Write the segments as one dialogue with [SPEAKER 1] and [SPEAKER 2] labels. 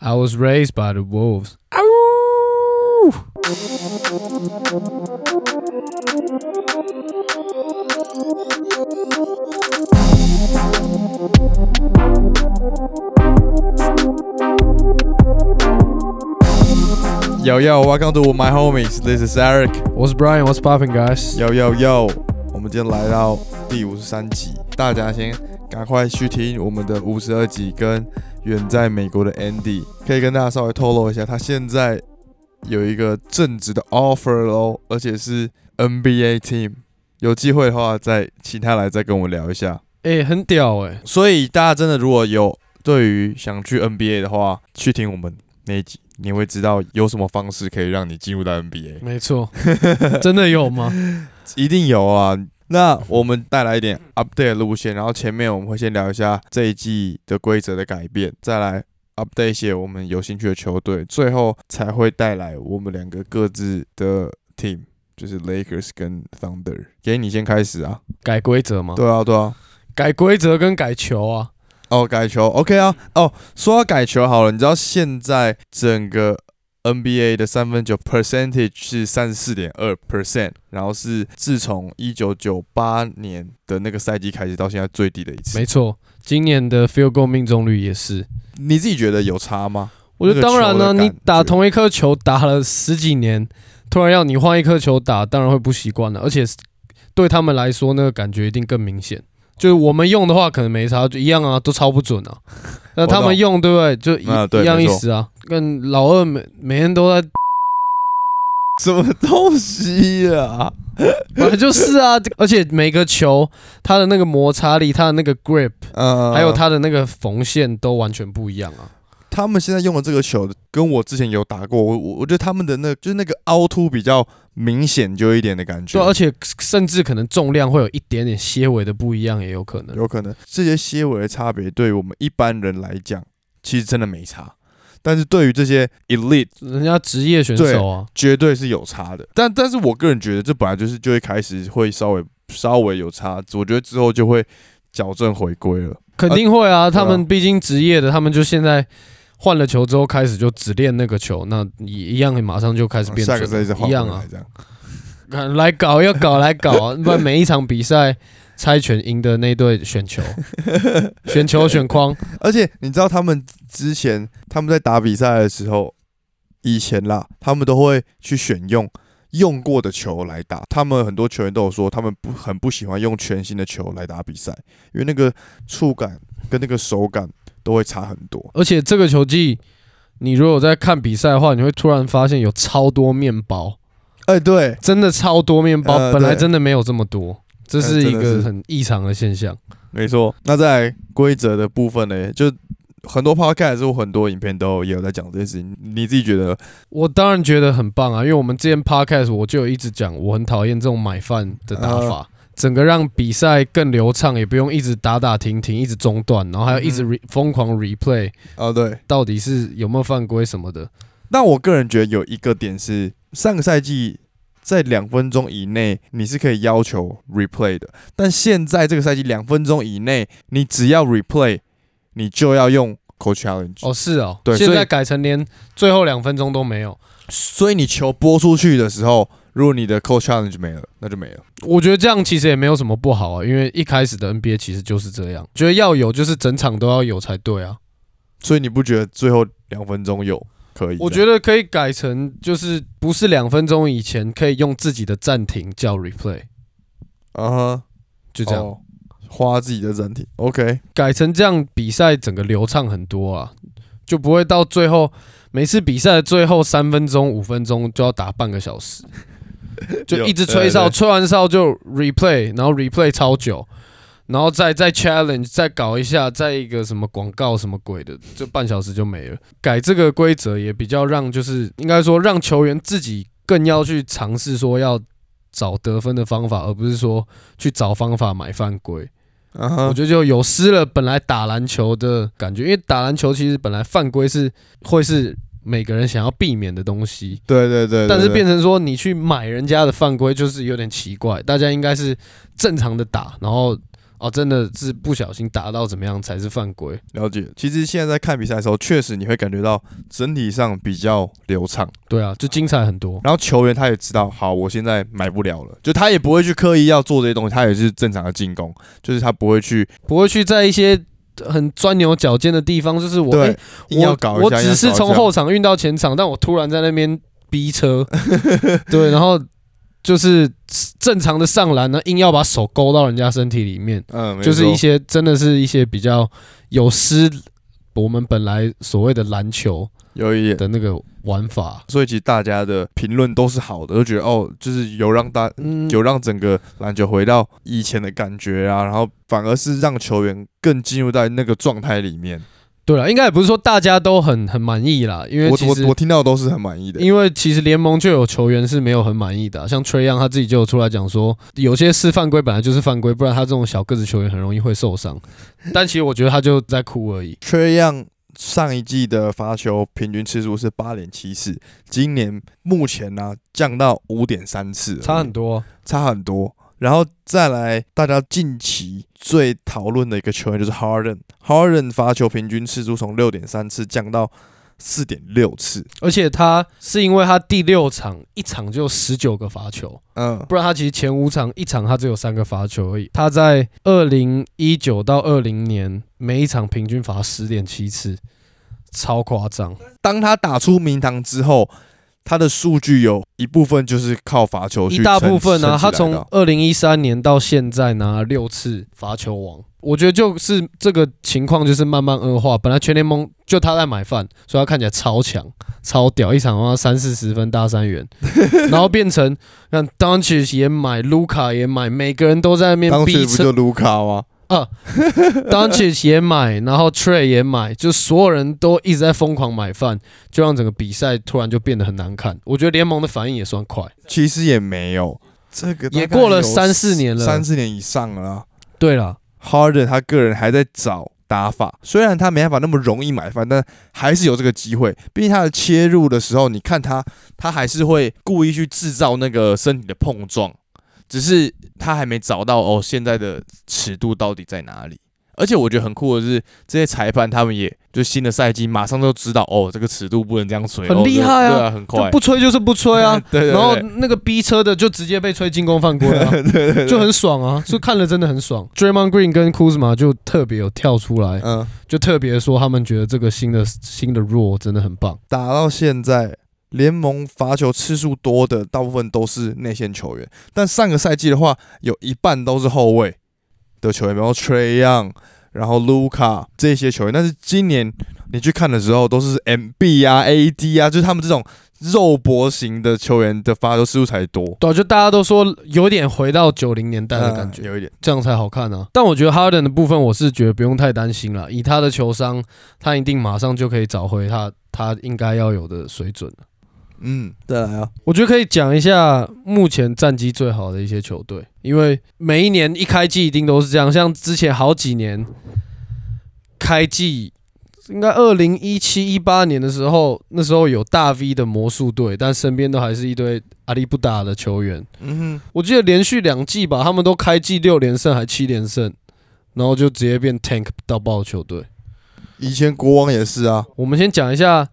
[SPEAKER 1] I was raised by the wolves.
[SPEAKER 2] Yo yo, welcome to my homies. This is Eric.
[SPEAKER 1] 我是 Brian，我是 Popping guys。
[SPEAKER 2] Yo yo yo，我们今天来到第五十三集，大家先赶快去听我们的五十二集，跟远在美国的 Andy，可以跟大家稍微透露一下，他现在有一个正职的 offer 喽，而且是 NBA team。有机会的话，再请他来再跟我们聊一下。
[SPEAKER 1] 哎、很屌 哎、
[SPEAKER 2] 所以大家真的如果有对于想去 NBA 的话，去听我们那一集，你会知道有什么方式可以让你进入到 NBA。
[SPEAKER 1] 没错，真的有吗？
[SPEAKER 2] 一定有啊。那我们带来一点 update 的路线，然后前面我们会先聊一下这一季的规则的改变，再来 update 一些我们有兴趣的球队，最后才会带来我们两个各自的 team，就是 Lakers 跟 Thunder。给你先开始啊！
[SPEAKER 1] 改规则吗？
[SPEAKER 2] 对啊，对啊。
[SPEAKER 1] 改规则跟改球啊，
[SPEAKER 2] 哦，改球，OK 啊。哦，说到改球好了，你知道现在整个 NBA 的三分球 percentage 是三十四点二 percent，然后是自从一九九八年的那个赛季开始到现在最低的一次
[SPEAKER 1] 没。错，今年的 field goal 命中率也是。
[SPEAKER 2] 你自己觉得有差吗？
[SPEAKER 1] 我觉得
[SPEAKER 2] 那个
[SPEAKER 1] 当然
[SPEAKER 2] 球的
[SPEAKER 1] 了，
[SPEAKER 2] 感觉
[SPEAKER 1] 你打同一颗球打了十几年，突然要你换一颗球打，当然会不习惯了，而且对他们来说，那个感觉一定更明显。就是我们用的话，可能没差，就一样啊，都超不准啊。那他们用，对不对？就一、
[SPEAKER 2] 啊对
[SPEAKER 1] 一样
[SPEAKER 2] 没
[SPEAKER 1] 意
[SPEAKER 2] 错
[SPEAKER 1] 思啊。跟老二每每天都在，
[SPEAKER 2] 什么东西啊？
[SPEAKER 1] 本来就是啊。这而且每个球，它的那个摩擦力，它的那个 grip，
[SPEAKER 2] 呃，
[SPEAKER 1] 还有他的那个缝线都完全不一样啊。
[SPEAKER 2] 他们现在用的这个球，跟我之前有打过，我我我觉得他们的那就是那个凹凸比较明显，就一点的感觉。
[SPEAKER 1] 对，而且甚至可能重量会有一点点些微的不一样，也有可能。
[SPEAKER 2] 有可能这些些微的差别，对于我们一般人来讲，其实真的没差。但是对于这些 elite，
[SPEAKER 1] 人家职业选手啊，
[SPEAKER 2] 绝对是有差的。但但是我个人觉得，这本来就是就会开始会稍微稍微有差，我觉得之后就会矫正回归了。
[SPEAKER 1] 肯定会啊。
[SPEAKER 2] 对啊
[SPEAKER 1] 他们毕竟职业的，他们就现在换了球之后开始就只练那个球，那也一样马上就开始变
[SPEAKER 2] 哦下个赛
[SPEAKER 1] 准
[SPEAKER 2] 季再
[SPEAKER 1] 了
[SPEAKER 2] 换
[SPEAKER 1] 一
[SPEAKER 2] 回
[SPEAKER 1] 样啊
[SPEAKER 2] 来。这样。
[SPEAKER 1] 看来搞要搞来搞 啊，不然每一场比赛猜拳赢的那队选球，选球选框，
[SPEAKER 2] 而且你知道他们之前他们在打比赛的时候，以前啦，他们都会去选用用过的球来打。他们很多球员都有说，他们不很不喜欢用全新的球来打比赛，因为那个触感跟那个手感都会差很多。
[SPEAKER 1] 而且这个球技。你如果在看比赛的话，你会突然发现有超多面包，
[SPEAKER 2] 哎、对，
[SPEAKER 1] 真的超多面包，
[SPEAKER 2] 呃
[SPEAKER 1] 本来
[SPEAKER 2] 对
[SPEAKER 1] 真的没有这么多，这
[SPEAKER 2] 呃
[SPEAKER 1] 是一
[SPEAKER 2] 真的
[SPEAKER 1] 个
[SPEAKER 2] 是
[SPEAKER 1] 很异常的现象。
[SPEAKER 2] 没错。那在规则的部分呢，就很多 podcast 或很多影片都有也有在讲这件事情。你自己觉得
[SPEAKER 1] 我当然觉得很棒啊，因为我们之前 podcast 我就有一直讲，我很讨厌这种买饭的打法，
[SPEAKER 2] 呃
[SPEAKER 1] 整个让比赛更流畅，也不用一直打打停停，一直中断，然后还要一直
[SPEAKER 2] 嗯
[SPEAKER 1] re, 疯狂 replay，
[SPEAKER 2] 啊？对，
[SPEAKER 1] 到底是有没有犯规什么的。
[SPEAKER 2] 那我个人觉得有一个点是，上个赛季在两分钟以内你是可以要求 replay 的，但现在这个赛季两分钟以内，你只要 replay，你就要用 co challenge。
[SPEAKER 1] 哦，是哦，
[SPEAKER 2] 对
[SPEAKER 1] 现
[SPEAKER 2] 所
[SPEAKER 1] 在
[SPEAKER 2] 以
[SPEAKER 1] 改成连最后两分钟都没有，
[SPEAKER 2] 所以你球拨出去的时候，如果你的 co challenge 没了，那就没了。
[SPEAKER 1] 我觉得这样其实也没有什么不好啊，因为一开始的 NBA 其实就是这样，觉得要有就是整场都要有才对啊。
[SPEAKER 2] 所以你不觉得最后两分钟有可以？
[SPEAKER 1] 我觉得可以改成，就是不是两分钟以前可以用自己的暂停叫 replay，
[SPEAKER 2] 得啊哈，
[SPEAKER 1] 就这样、
[SPEAKER 2] 哦花自己的暂停。OK，
[SPEAKER 1] 改成这样，比赛整个流畅很多啊，就不会到最后每次比赛的最后三分钟、五分钟就要打半个小 时，就
[SPEAKER 2] 有
[SPEAKER 1] 一直
[SPEAKER 2] 对
[SPEAKER 1] 吹哨，
[SPEAKER 2] 对
[SPEAKER 1] 吹完哨就 replay，然后 replay 超久。然后再再 challenge，再搞一下，再一个什么广告什么鬼的，就半小时就没了。改这个规则也比较让，就是应该说让球员自己更要去尝试说要找得分的方法，而不是说去找方法买犯规。
[SPEAKER 2] 啊哈
[SPEAKER 1] 我，觉得就有失了本来打篮球的感觉，因为打篮球其实本来犯规是会是每个人想要避免的东西，
[SPEAKER 2] 对对对对
[SPEAKER 1] 但是
[SPEAKER 2] 对
[SPEAKER 1] 变成说你去买人家的犯规就是有点奇怪，大家应该是正常的打，然后哦，真的是不小心打到怎么样才是犯规。
[SPEAKER 2] 了解。其实现在在看比赛的时候，确实你会感觉到整体上比较流畅，
[SPEAKER 1] 对啊，就精彩很多。
[SPEAKER 2] 然后球员他也知道，好，我现在买不了了，就他也不会去刻意要做这些东西，他也是正常的进攻，就是他不会去
[SPEAKER 1] 不会去在一些很钻牛角尖的地方，就是我
[SPEAKER 2] 对
[SPEAKER 1] 诶
[SPEAKER 2] 硬要搞一下。
[SPEAKER 1] 我我只是
[SPEAKER 2] 硬要搞一
[SPEAKER 1] 从
[SPEAKER 2] 下
[SPEAKER 1] 后场运到前场，但我突然在那边逼车， 对，然后就是正常的上篮呢，硬要把手勾到人家身体里面，
[SPEAKER 2] 嗯，没
[SPEAKER 1] 就是
[SPEAKER 2] 错
[SPEAKER 1] 一些真的是一些比较有失我们本来所谓的篮球
[SPEAKER 2] 有一点。
[SPEAKER 1] 的那个玩法。
[SPEAKER 2] 所以其实大家的评论都是好的，都觉得哦，就是有让大
[SPEAKER 1] 嗯，
[SPEAKER 2] 有让整个篮球回到以前的感觉啊，然后反而是让球员更进入在那个状态里面。
[SPEAKER 1] 对了，应该也不是说大家都很很满意啦，因为
[SPEAKER 2] 我
[SPEAKER 1] 其实
[SPEAKER 2] 我我听到都是很满意的。
[SPEAKER 1] 因为其实联盟就有球员是没有很满意的啊、像 Trey Young 他自己就有出来讲说，有些是犯规本来就是犯规，不然他这种小个子球员很容易会受 伤。但其实我觉得他就在哭而已。
[SPEAKER 2] 缺样上一季的罚球平均次数是八点七次，今年目前呢、降到五点三次而已，
[SPEAKER 1] 差很多、啊
[SPEAKER 2] 差很多。然后再来，大家近期最讨论的一个球员就是 Harden，Harden 罚球平均次数从六点三次降到四点六次，
[SPEAKER 1] 而且他是因为他第六场一场就十九个罚球，
[SPEAKER 2] 嗯，
[SPEAKER 1] 不然他其实前五场一场他只有三个罚球而已。他在二零一九到二零年每一场平均罚十点七次，超夸张。
[SPEAKER 2] 当他打出名堂之后，他的数据有一部分就是靠罚球去
[SPEAKER 1] 一大部分呢、
[SPEAKER 2] 撑
[SPEAKER 1] 他
[SPEAKER 2] 撑
[SPEAKER 1] 从
[SPEAKER 2] 起来的
[SPEAKER 1] 二零一三年到现在拿了六次罚球王，我觉得就是这个情况就是慢慢恶化。本来全联盟就他在买饭，所以他看起来超强、超屌，一场的话三四十分大三元， 然后变成让 d o n c h 也买，卢卡也买，每个人都在那边
[SPEAKER 2] 当时
[SPEAKER 1] 逼
[SPEAKER 2] 不
[SPEAKER 1] 车
[SPEAKER 2] 就卢卡吗？
[SPEAKER 1] d o n c h 也买，然后 Trey 也买，就所有人都一直在疯狂买饭，就让整个比赛突然就变得很难看。我觉得联盟的反应也算快。
[SPEAKER 2] 其实也没有，这个
[SPEAKER 1] 也
[SPEAKER 2] 大概
[SPEAKER 1] 过了
[SPEAKER 2] 有
[SPEAKER 1] 三四年了
[SPEAKER 2] 三四年以上了啊。
[SPEAKER 1] 对了。
[SPEAKER 2] Harden 他个人还在找打法，虽然他没办法那么容易买翻，但还是有这个机会。毕竟他的切入的时候，你看他，他还是会故意去制造那个身体的碰撞，只是他还没找到哦，现在的尺度到底在哪里。而且我觉得很酷的是，这些裁判他们也就新的赛季马上就知道哦，这个尺度不能这样吹，
[SPEAKER 1] 很
[SPEAKER 2] 哦
[SPEAKER 1] 厉
[SPEAKER 2] 这个
[SPEAKER 1] 害啊
[SPEAKER 2] 对啊，很快。
[SPEAKER 1] 就，不吹就是不吹啊
[SPEAKER 2] 对对对
[SPEAKER 1] 然后那个逼车的就直接被吹进攻犯规了、 啊，就很爽啊，就看了真的很爽。Draymond Green 跟 Kuzma 就特别有跳出来，
[SPEAKER 2] 嗯，
[SPEAKER 1] 就特别说他们觉得这个新的新的 rule 真的很棒。
[SPEAKER 2] 打到现在，联盟罚球次数多的大部分都是内线球员，但上个赛季的话，有一半都是后卫的球员，比如 Trey Young，然后 Luca 这些球员。但是今年你去看的时候，都是 MB 啊、AD 啊，就是他们这种肉搏型的球员的罚球次数才多。
[SPEAKER 1] 对啊、就大家都说有点回到九零年代的感
[SPEAKER 2] 嗯
[SPEAKER 1] 觉，
[SPEAKER 2] 有一点，
[SPEAKER 1] 这样才好看啊。但我觉得 Harden 的部分，我是觉得不用太担心了，以他的球商，他一定马上就可以找回他他应该要有的水准。
[SPEAKER 2] 嗯，再来啊，
[SPEAKER 1] 我觉得可以讲一下目前战绩最好的一些球队，因为每一年一开季一定都是这样，像之前好几年开季，应该二零一七一八年的时候，那时候有大 V 的魔术队，但身边都还是一堆阿里不打的球员。
[SPEAKER 2] 嗯哼，
[SPEAKER 1] 我记得连续两季吧，他们都开季六连胜还七连胜，然后就直接变 tank 到爆的球队。
[SPEAKER 2] 以前国王也是啊，
[SPEAKER 1] 我们先讲一下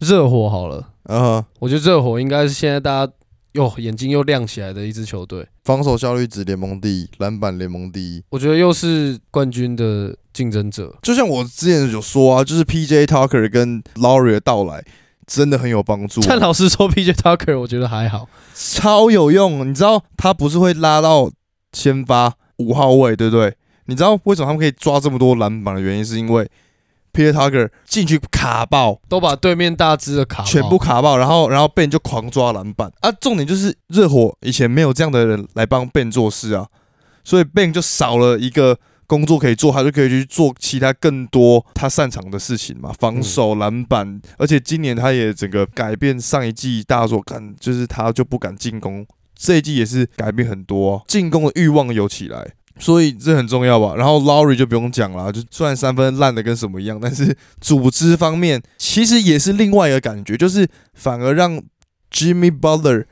[SPEAKER 1] 热火好了，
[SPEAKER 2] 呃，
[SPEAKER 1] 我觉得热火应该是现在大家又眼睛又亮起来的一支球队。
[SPEAKER 2] 防守效率值联盟第一，篮板联盟第一，
[SPEAKER 1] 我觉得又是冠军的竞争者。
[SPEAKER 2] 就像我之前有说啊，就是 PJ Tucker 跟 Laurie 的到来真的很有帮助、啊
[SPEAKER 1] 但老实说，PJ Tucker 我觉得还好，
[SPEAKER 2] 超有用。你知道他不是会拉到先发五号位，对不对？你知道为什么他们可以抓这么多篮板的原因，是因为 PJ Tucker 进去卡爆，
[SPEAKER 1] 都把对面大只的卡爆
[SPEAKER 2] 全部卡爆，然后然后 Ben 就狂抓篮板啊。重点就是热火以前没有这样的人来帮 Ben 做事啊，所以 Ben 就少了一个工作可以做，他就可以去做其他更多他擅长的事情嘛，防守、篮板。而且今年他也整个改变上一季大家所看，就是他就不敢进攻，这一季也是改变很多、啊进攻的欲望有起来。所以这很重要吧，然后 Lowry 就不用讲了，就虽然三分烂的跟什么一样，但是组织方面，其实也是另外一个感觉，就是反而让 Jimmy Butler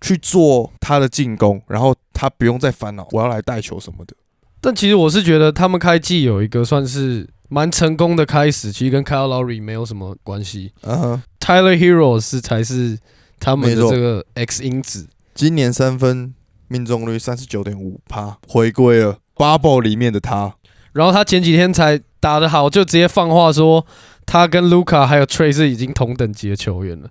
[SPEAKER 2] 去做他的进攻，然后他不用再烦恼我要来带球什么的。
[SPEAKER 1] 但其实我是觉得他们开季有一个算是蛮成功的开始，其实跟 Kyle Lowry 没有什么关系。
[SPEAKER 2] 嗯哼，
[SPEAKER 1] Tyler Hero 是才是他们的
[SPEAKER 2] 没错
[SPEAKER 1] 这个 X 因子，
[SPEAKER 2] 今年三分命中率三十九点五趴，回归了 bubble 里面的他。
[SPEAKER 1] 然后他前几天才打得好，就直接放话说他跟 Luca 还有 Trey 是已经同等级的球员了。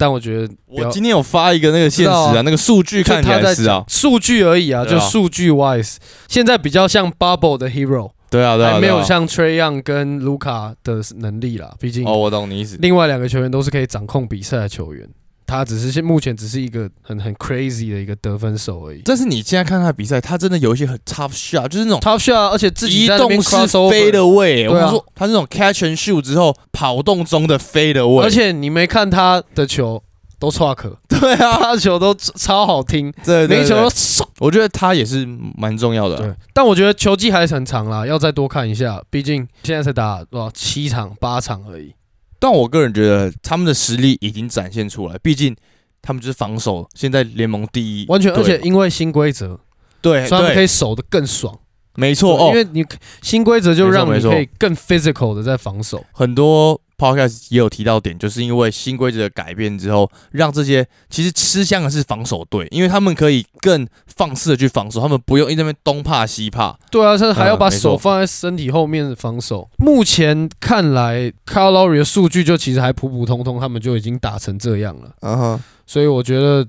[SPEAKER 1] 但我觉得不要
[SPEAKER 3] 我今天有发一个那个现实
[SPEAKER 1] 知道
[SPEAKER 3] 啊
[SPEAKER 1] 啊，
[SPEAKER 3] 那个数据看起
[SPEAKER 1] 就他
[SPEAKER 3] 来
[SPEAKER 1] 在
[SPEAKER 3] 是啊，
[SPEAKER 1] 数据而已啊，
[SPEAKER 3] 对
[SPEAKER 1] 就
[SPEAKER 3] 啊
[SPEAKER 1] 数据 wise，现在比较像 Bubble 的 Hero，
[SPEAKER 3] 对啊，对啊，
[SPEAKER 1] 还没有
[SPEAKER 3] 对啊
[SPEAKER 1] 像 Trey Young 跟 Luca 的能力啦。毕竟
[SPEAKER 3] 哦，我懂你意思，
[SPEAKER 1] 另外两个球员都是可以掌控比赛的球员，他只是现目前只是一个很很 crazy 的一个得分手而已。
[SPEAKER 3] 但是你现在看他的比赛，他真的有一些很 tough shot，就是那种
[SPEAKER 1] Top shot，而且自己
[SPEAKER 3] 移
[SPEAKER 1] 在那边
[SPEAKER 3] 动
[SPEAKER 1] c
[SPEAKER 3] 式
[SPEAKER 1] r o s o v
[SPEAKER 3] fade away，、我
[SPEAKER 1] 对啊
[SPEAKER 3] 跟你说，他那种 catch and shoot 之后跑动中的 fade away，
[SPEAKER 1] 而且你没看他的球都 t r u c
[SPEAKER 3] 对啊，
[SPEAKER 1] 他的球都超好听，
[SPEAKER 3] 对
[SPEAKER 1] 每
[SPEAKER 3] 对
[SPEAKER 1] 一球
[SPEAKER 3] 对
[SPEAKER 1] 都，嗖
[SPEAKER 3] 我觉得他也是蛮重要的啊、
[SPEAKER 1] 对，但我觉得球季还是很长啦，要再多看一下，毕竟现在才打多少七场八场而已。
[SPEAKER 3] 但我个人觉得他们的实力已经展现出来，毕竟他们就是防守现在联盟第一，
[SPEAKER 1] 完全，
[SPEAKER 3] 对
[SPEAKER 1] 而且因为新规则，
[SPEAKER 3] 对
[SPEAKER 1] 所以他们可
[SPEAKER 3] 对，
[SPEAKER 1] 以守得更爽。
[SPEAKER 3] 没错
[SPEAKER 1] 对因为
[SPEAKER 3] 哦，
[SPEAKER 1] 你新规则就
[SPEAKER 3] 没错
[SPEAKER 1] 让
[SPEAKER 3] 没
[SPEAKER 1] 你
[SPEAKER 3] 错
[SPEAKER 1] 可以更 physical 的在防守。
[SPEAKER 3] 很多 podcast 也有提到点，就是因为新规则的改变之后，让这些其实吃香的是防守队，因为他们可以更放肆的去防守，他们不用一直在那边东怕西怕，
[SPEAKER 1] 对啊，甚至还要把
[SPEAKER 3] 嗯没错
[SPEAKER 1] 手放在身体后面防守。目前看来 c a l o r i 的数据就其实还普普通通，他们就已经打成这样了。
[SPEAKER 2] 嗯哼，
[SPEAKER 1] 所以我觉得，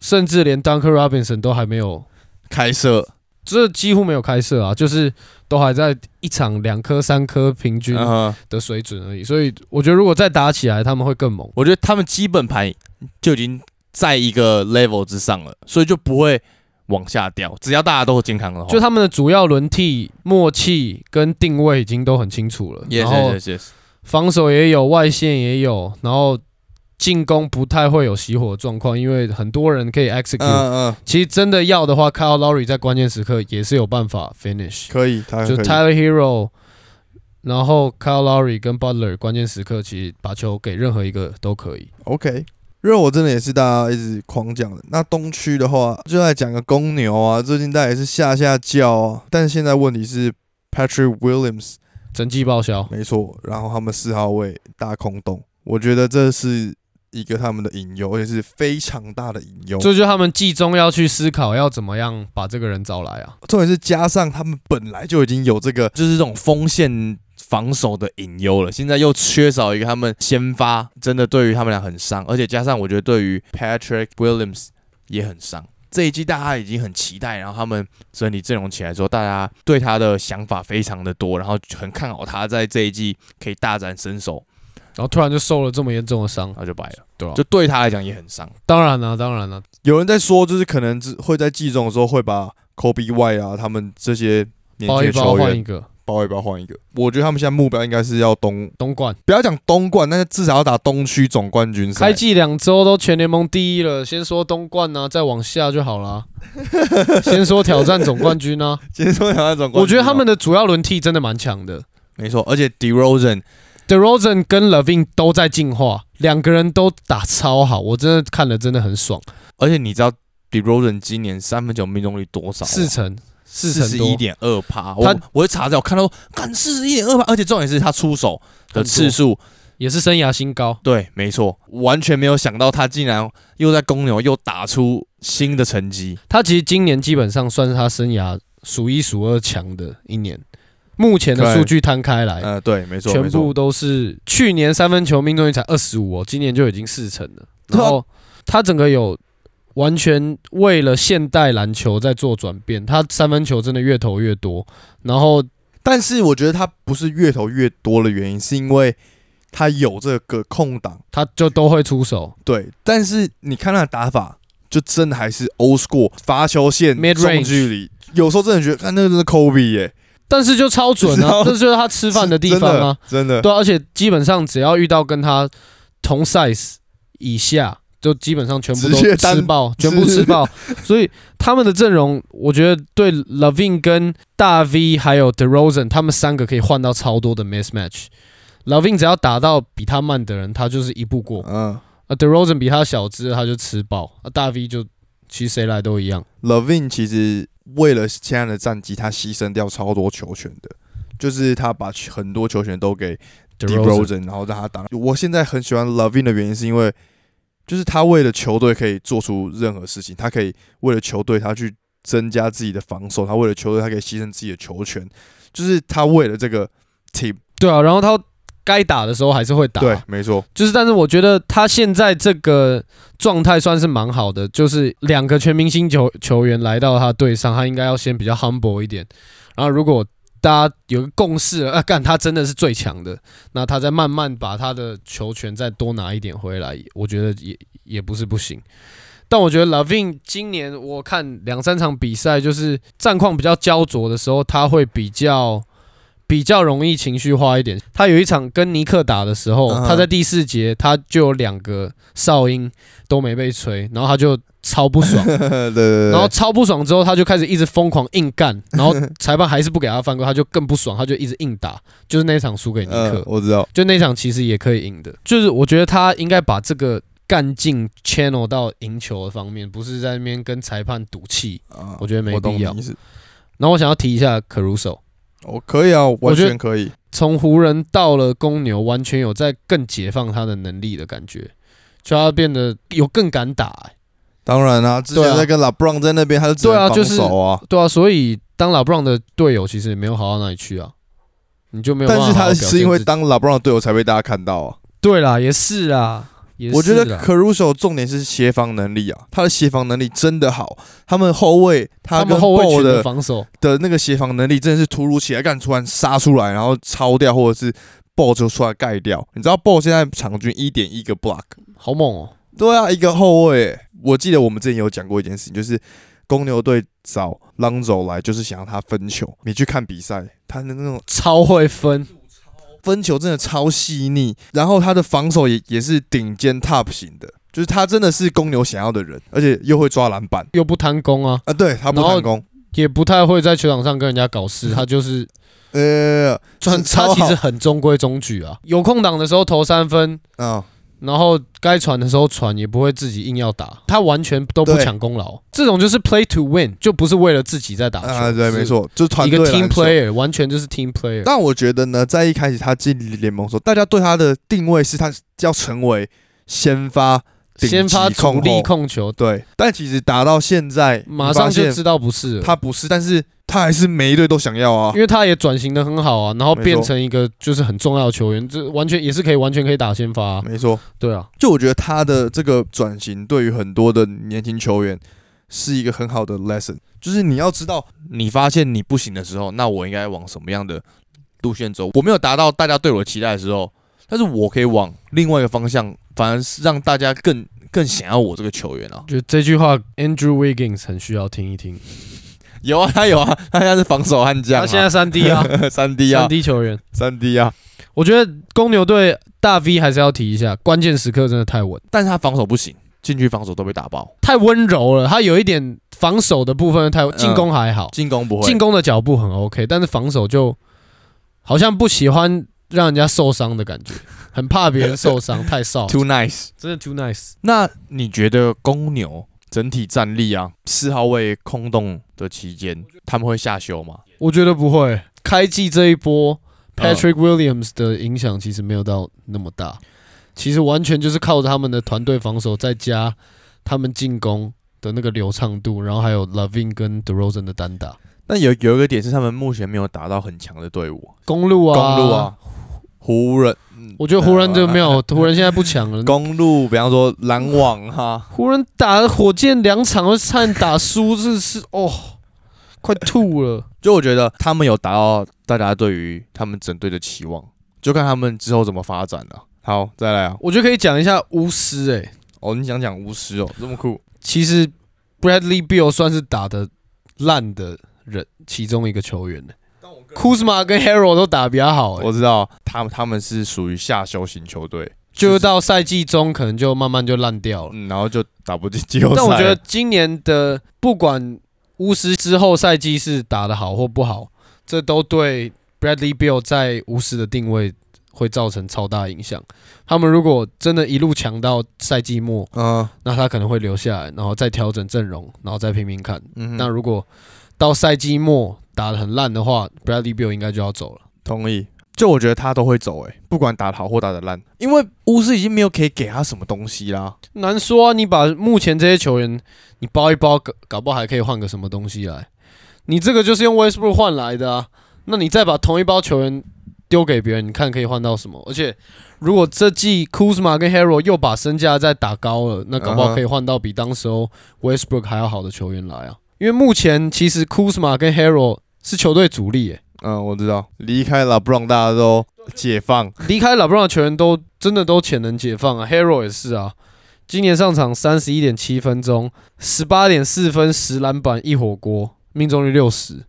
[SPEAKER 1] 甚至连 Duncan Robinson 都还没有，
[SPEAKER 3] 开射，
[SPEAKER 1] 这几乎没有开设啊，就是都还在一场两颗三颗平均
[SPEAKER 3] 嗯哼。
[SPEAKER 1] 的水准而已。所以我觉得如果再打起来，他们会更猛。
[SPEAKER 3] 我觉得他们基本盘就已经在一个 level 之上了，所以就不会往下掉。只要大家都健康的
[SPEAKER 2] 哦
[SPEAKER 3] 话，
[SPEAKER 1] 就他们的主要轮替、默契跟定位已经都很清楚了，
[SPEAKER 3] yes
[SPEAKER 1] 然后
[SPEAKER 3] yes yes, yes
[SPEAKER 1] 防守也有，外线也有，然后进攻不太会有熄火的状况，因为很多人可以 execute。
[SPEAKER 2] 嗯嗯，
[SPEAKER 1] 其实真的要的话，Kyle Lowry 在关键时刻也是有办法 finish，
[SPEAKER 2] 可以，他
[SPEAKER 1] 就
[SPEAKER 2] 可以
[SPEAKER 1] Tyler Hero，然后 Kyle Lowry 跟 Butler 关键时刻其实把球给任何一个都可以。
[SPEAKER 2] OK，热火真的也是大家一直狂讲的。那东区的话，就来讲个公牛啊，最近大家也是下下叫啊。但是现在问题是 Patrick Williams，
[SPEAKER 1] 整季报销，
[SPEAKER 2] 没错，然后他们四号位大空洞，我觉得这是一个他们的隐忧，而且是非常大的隐忧。
[SPEAKER 1] 这就是他们季中要去思考要怎么样把这个人招来啊。
[SPEAKER 2] 重点是加上他们本来就已经有这个
[SPEAKER 3] 就是这种锋线防守的隐忧了。现在又缺少一个他们先发，真的对于他们俩很伤，而且加上我觉得对于 Patrick Williams 也很伤。这一季大家已经很期待，然后他们整理阵容起来之后，大家对他的想法非常的多，然后很看好他在这一季可以大展身手，
[SPEAKER 1] 然后突然就受了这么严重的伤
[SPEAKER 3] 然，后就白了。
[SPEAKER 1] 对吧、啊
[SPEAKER 3] 就对他来讲也很伤。
[SPEAKER 1] 当然了、当然了、啊
[SPEAKER 2] 有人在说，就是可能只会在季中的时候会把 Kobe Y 啊他们这些年
[SPEAKER 1] 包
[SPEAKER 2] 轻
[SPEAKER 1] 一
[SPEAKER 2] 的
[SPEAKER 1] 包
[SPEAKER 2] 球
[SPEAKER 1] 换一
[SPEAKER 2] 员
[SPEAKER 1] 个
[SPEAKER 2] 包一包换一个。我觉得他们现在目标应该是要东
[SPEAKER 1] 东冠。
[SPEAKER 2] 不要讲东冠，但是至少要打东区总冠军赛。
[SPEAKER 1] 开季两周都全联盟第一了，先说东冠呢、再往下就好啦。 先说挑战总冠军呢、
[SPEAKER 2] 先说讲那总冠军啊
[SPEAKER 1] 我觉得他们的主要轮替真的蛮强的。
[SPEAKER 3] 没错，而且 DeRozan
[SPEAKER 1] DeRozan 跟 Levin 都在进化，两个人都打超好，我真的看了真的很爽，
[SPEAKER 3] 而且你知道 DeRozan 今年三分球命中率多少吗？啊
[SPEAKER 1] 四成四成
[SPEAKER 3] 十
[SPEAKER 1] 多
[SPEAKER 3] 一，点二
[SPEAKER 1] 他
[SPEAKER 3] 趴。我我就查掉，我看到干四十一点二趴，而且重点是他出手的次数，
[SPEAKER 1] 也是生涯新高。
[SPEAKER 3] 对，没错，完全没有想到他竟然又在公牛又打出新的成绩。
[SPEAKER 1] 他其实今年基本上算是他生涯数一数二强的一年，目前的
[SPEAKER 2] 对
[SPEAKER 1] 数据摊开来，
[SPEAKER 2] 呃，对，没错，
[SPEAKER 1] 哎全
[SPEAKER 2] 没错
[SPEAKER 1] 部都是去年三分球命中率才二十五哦，今年就已经四成 了。
[SPEAKER 2] 对
[SPEAKER 1] 然
[SPEAKER 2] 啊
[SPEAKER 1] 后他整个有完全为了现代篮球在做转变，他三分球真的越投越多，然后
[SPEAKER 2] 但是我觉得他不是越投越多的原因，是因为他有这个空档。
[SPEAKER 1] 他就都会出手。
[SPEAKER 2] 对，但是你看他的打法，就真的还是 old school 罚球线
[SPEAKER 1] Mid-range
[SPEAKER 2] 中距离，有时候真的觉得，看那个真的 Kobe 耶、
[SPEAKER 1] 但是就超准
[SPEAKER 2] 知
[SPEAKER 1] 啊
[SPEAKER 2] 道！
[SPEAKER 1] 这就是他吃饭的地方啊，
[SPEAKER 2] 真 的，真的
[SPEAKER 1] 对啊而且基本上只要遇到跟他同 size 以下，就基本上全部
[SPEAKER 2] 直接
[SPEAKER 1] 都
[SPEAKER 2] 单
[SPEAKER 1] 吃爆，全部吃爆。所以他们的阵容，我觉得对 Lavin 跟大 V 还有 DeRozan 他们三个可以换到超多的 mismatch。Lavin 只要打到比他慢的人，他就是一步过；
[SPEAKER 2] 嗯
[SPEAKER 1] 啊，DeRozan 比他小只，他就吃爆；啊，大 V 就其实谁来都一样。
[SPEAKER 2] ，Levin 其实
[SPEAKER 3] 为了现在的战绩，他牺牲掉超多球权的，就是他把球很多球权都给 d e r o
[SPEAKER 1] DeRozan
[SPEAKER 3] z e n 然后让他打。我现在很喜欢 Lavin 的原因是因为，就是他为了球队可以做出任何事情，他可以为了球队他去增加自己的防守，他为了球队他可以牺牲自己的球权，就是他为了这个 team。
[SPEAKER 1] 对啊，然后他该打的时候还是会打，
[SPEAKER 3] 对，没错，
[SPEAKER 1] 就是，但是我觉得他现在这个状态算是蛮好的，就是两个全明星球球员来到他队上，他应该要先比较 humble 一点。然后如果大家有个共识了，啊，干他真的是最强的，那他再慢慢把他的球权再多拿一点回来，我觉得也也不是不行。但我觉得 Lavin 今年我看两三场比赛，就是战况比较焦灼的时候，他会比较比较容易情绪化一点。他有一场跟尼克打的时候
[SPEAKER 3] 嗯哼
[SPEAKER 1] 他在第四节他就有两个哨音都没被吹，然后他就超不爽，
[SPEAKER 3] 对对对，
[SPEAKER 1] 然后超不爽之后他就开始一直疯狂硬干，然后裁判还是不给他犯规，他就更不爽，他就一直硬打，就是那一场输给尼克。
[SPEAKER 3] 嗯，我知道，
[SPEAKER 1] 就那场其实也可以赢的，就是我觉得他应该把这个干劲 channel 到赢球的方面，不是在那边跟裁判赌气。
[SPEAKER 3] 啊
[SPEAKER 1] 我觉得没
[SPEAKER 3] 我懂
[SPEAKER 1] 必要
[SPEAKER 3] 你意思，
[SPEAKER 1] 然后我想要提一下 Caruso，
[SPEAKER 3] 我可以啊，完
[SPEAKER 1] 觉得
[SPEAKER 3] 全可以。
[SPEAKER 1] 从湖人到了公牛，完全有在更解放他的能力的感觉，就他变得有更敢打、欸
[SPEAKER 3] 当然啊，之
[SPEAKER 1] 对
[SPEAKER 3] 前
[SPEAKER 1] 啊
[SPEAKER 3] 在跟 LeBron 在那边，他就只能
[SPEAKER 1] 对啊
[SPEAKER 3] 防
[SPEAKER 1] 就是
[SPEAKER 3] 守啊，
[SPEAKER 1] 对啊，所以当老布朗的队友其实也没有好到哪里去啊，你就没有办
[SPEAKER 3] 但
[SPEAKER 1] 法
[SPEAKER 3] 是
[SPEAKER 1] 好好表
[SPEAKER 3] 他
[SPEAKER 1] 现
[SPEAKER 3] 是因为
[SPEAKER 1] 自己
[SPEAKER 3] 当 LeBron 的队友才被大家看到啊。
[SPEAKER 1] 对啦，也是啦，也是啊
[SPEAKER 3] 我觉得
[SPEAKER 1] 啦
[SPEAKER 3] Caruso 重点是协防能力啊，他的协防能力真的好。他们后卫他
[SPEAKER 1] 他
[SPEAKER 3] 跟
[SPEAKER 1] 们后卫
[SPEAKER 3] Ball
[SPEAKER 1] 群的
[SPEAKER 3] 的
[SPEAKER 1] 防守，
[SPEAKER 3] 的那个协防能力真的是突如其来，干突然杀出来，然后抄掉或者是 Ball 就出来盖掉。你知道 Ball 现在场均一点一个 block，
[SPEAKER 1] 好猛哦、
[SPEAKER 3] 对啊，一个后卫欸。我记得我们之前有讲过一件事情，就是公牛队找 l o n z o 来，就是想让他分球。你去看比赛，他的那种
[SPEAKER 1] 超会分，
[SPEAKER 3] 分球真的超细腻，然后他的防守也也是顶尖 top 型的，就是他真的是公牛想要的人，而且又会抓篮板
[SPEAKER 1] 又不贪功啊。
[SPEAKER 3] 啊，对他不
[SPEAKER 1] 然后
[SPEAKER 3] 成功，
[SPEAKER 1] 也不太会在球场上跟人家搞事，他就是
[SPEAKER 3] 呃，
[SPEAKER 1] 他
[SPEAKER 3] 嗯
[SPEAKER 1] 他
[SPEAKER 3] 超好
[SPEAKER 1] 其实很中规中矩啊，有空档的时候投三分，
[SPEAKER 3] 啊，
[SPEAKER 1] 然后该传的时候传，也不会自己硬要打，他完全都不
[SPEAKER 3] 对
[SPEAKER 1] 抢功劳，这种就是 play to win，就不是为了自己在打球，
[SPEAKER 3] 啊，对，
[SPEAKER 1] 是
[SPEAKER 3] 没，错，就是团
[SPEAKER 1] 一
[SPEAKER 3] 队
[SPEAKER 1] 个 team
[SPEAKER 3] 篮球
[SPEAKER 1] player 完全就是 team player，
[SPEAKER 3] 但我觉得呢，在一开始他进联盟的时候，大家对他的定位是他要成为先发顶级
[SPEAKER 1] 先发主
[SPEAKER 3] 控
[SPEAKER 1] 力
[SPEAKER 3] 后
[SPEAKER 1] 控球，
[SPEAKER 3] 对，但其实打到现在，
[SPEAKER 1] 马
[SPEAKER 3] 你
[SPEAKER 1] 上
[SPEAKER 3] 发
[SPEAKER 1] 就
[SPEAKER 3] 现
[SPEAKER 1] 知道不是了。
[SPEAKER 3] 他不是，但是他还是每一队都想要啊
[SPEAKER 2] 哦
[SPEAKER 1] 因。为他也转型的很好啊，然后
[SPEAKER 3] 没错
[SPEAKER 1] 变成一个就是很重要的球员，这完全也是可以完全可以打先发、啊，
[SPEAKER 3] 没错，
[SPEAKER 1] 对啊，
[SPEAKER 3] 就我觉得他的这个转型对于很多的年轻球员是一个很好的 lesson，就是你要知道，
[SPEAKER 2] 你发现你不行的时候，那我应该往什么样的路线走？我没有达到大家对我的期待的时候，但是我可以往另外一个方向，反而是让大家更更想要我这个球员啊。
[SPEAKER 1] 就这句话 Andrew Wiggins 很需要听一听，
[SPEAKER 2] 有啊，他有啊，他现在是防守悍将、
[SPEAKER 1] 他
[SPEAKER 2] 啊，
[SPEAKER 1] 现在三 D 啊，
[SPEAKER 2] 在 三 D 啊
[SPEAKER 1] 三，D 球员，
[SPEAKER 3] 三 D 啊，
[SPEAKER 1] 我觉得公牛队大 V 还是要提一下，关键时刻真的太稳，
[SPEAKER 2] 但是他防守不行，禁区防守都被打爆，
[SPEAKER 1] 太温柔了。他有一点防守的部分太，
[SPEAKER 2] 嗯
[SPEAKER 1] 进攻还好，
[SPEAKER 2] 进攻不会，
[SPEAKER 1] 进攻的脚步很 OK，但是防守就好像不喜欢让人家受伤的感觉，很怕别人受 伤，太少，
[SPEAKER 2] too nice。
[SPEAKER 1] 真的 too nice。
[SPEAKER 2] 那你觉得公牛整体战力啊，四号位空洞的期间，他们会下修吗？
[SPEAKER 1] 我觉得不会，开季这一波
[SPEAKER 2] 嗯
[SPEAKER 1] Patrick Williams 的影响其实没有到那么大，其实完全就是靠着他们的团队防守，再加他们进攻的那个流畅度，然后还有 Lavin 跟 DeRozan 的单打。
[SPEAKER 2] 那有有一个点是他们目前没有达到很强的队伍，
[SPEAKER 1] 公路啊，
[SPEAKER 2] 公路啊，，湖人，嗯
[SPEAKER 1] 我觉得湖人就没 有，湖人现在不强了。
[SPEAKER 2] 公路，比方说篮网啊哈，
[SPEAKER 1] 湖人打火箭两场都差点打输，这是哦，快吐了。
[SPEAKER 2] 就我觉得他们有达到大家对于他们整队的期望，就看他们之后怎么发展了、
[SPEAKER 3] 好，再来啊，
[SPEAKER 1] 我觉得可以讲一下巫师、欸，
[SPEAKER 2] 哦，你想讲巫师哦，这么酷，
[SPEAKER 1] 其实 Bradley Beal 算是打的烂的人其中一个球员、欸。Kuzma 跟 Hero 都打得比较好、欸，
[SPEAKER 2] 我
[SPEAKER 1] 我
[SPEAKER 2] 知道他们他们是属于下修型球队，
[SPEAKER 1] 就到赛季中可能就慢慢就烂掉了。
[SPEAKER 2] 嗯，然后就打不进啊季后赛。
[SPEAKER 1] 但我觉得今年的不管巫师之后赛季是打得好或不好，这都对 Bradley Beal 在巫师的定位会造成超大影响。他们如果真的一路强到赛季末，
[SPEAKER 3] 嗯
[SPEAKER 1] 那他可能会留下来，然后再调整阵容，然后再拼拼看。
[SPEAKER 3] 嗯哼，
[SPEAKER 1] 那如果到赛季末打得很烂的话，Bradley Beal 应该就要走了。
[SPEAKER 2] 同意。
[SPEAKER 3] 就我觉得他都会走、欸，诶，不管打得好或打得烂，因为巫师已经没有可以给他什么东西啦。
[SPEAKER 1] 难说啊，你把目前这些球员你包一包，搞搞不好还可以换个什么东西来。你这个就是用 Westbrook 换来的啊，那你再把同一包球员丢给别人，你看可以换到什么？而且如果这季 Kuzma 跟 Hero 又把身价再打高了，那搞不
[SPEAKER 3] 嗯
[SPEAKER 1] 好
[SPEAKER 3] 哼
[SPEAKER 1] 可以换到比当时候 Westbrook 还要好的球员来啊。因为目前其实 Kuzma 跟 Hero 是球队主力、欸，
[SPEAKER 3] 嗯，我知道，离开了 b r o n 大家都解放，
[SPEAKER 1] 离开老布朗的球员都真的都潜能解放啊，Hero 也是啊。今年上场三十一点七分钟，十八点四分，十篮板，一火锅，命中率六十，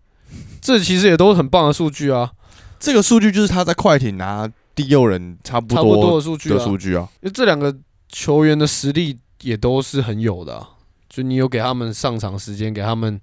[SPEAKER 1] 这其实也都是很棒的数据啊，
[SPEAKER 3] 这个数据就是他在快艇拿第六人差不
[SPEAKER 1] 差不多
[SPEAKER 3] 多
[SPEAKER 1] 的数据
[SPEAKER 3] 的
[SPEAKER 1] 啊。
[SPEAKER 3] 数据啊。
[SPEAKER 1] 因为这两个球员的实力也都是很有的、啊，就你有给他们上场时间，给他们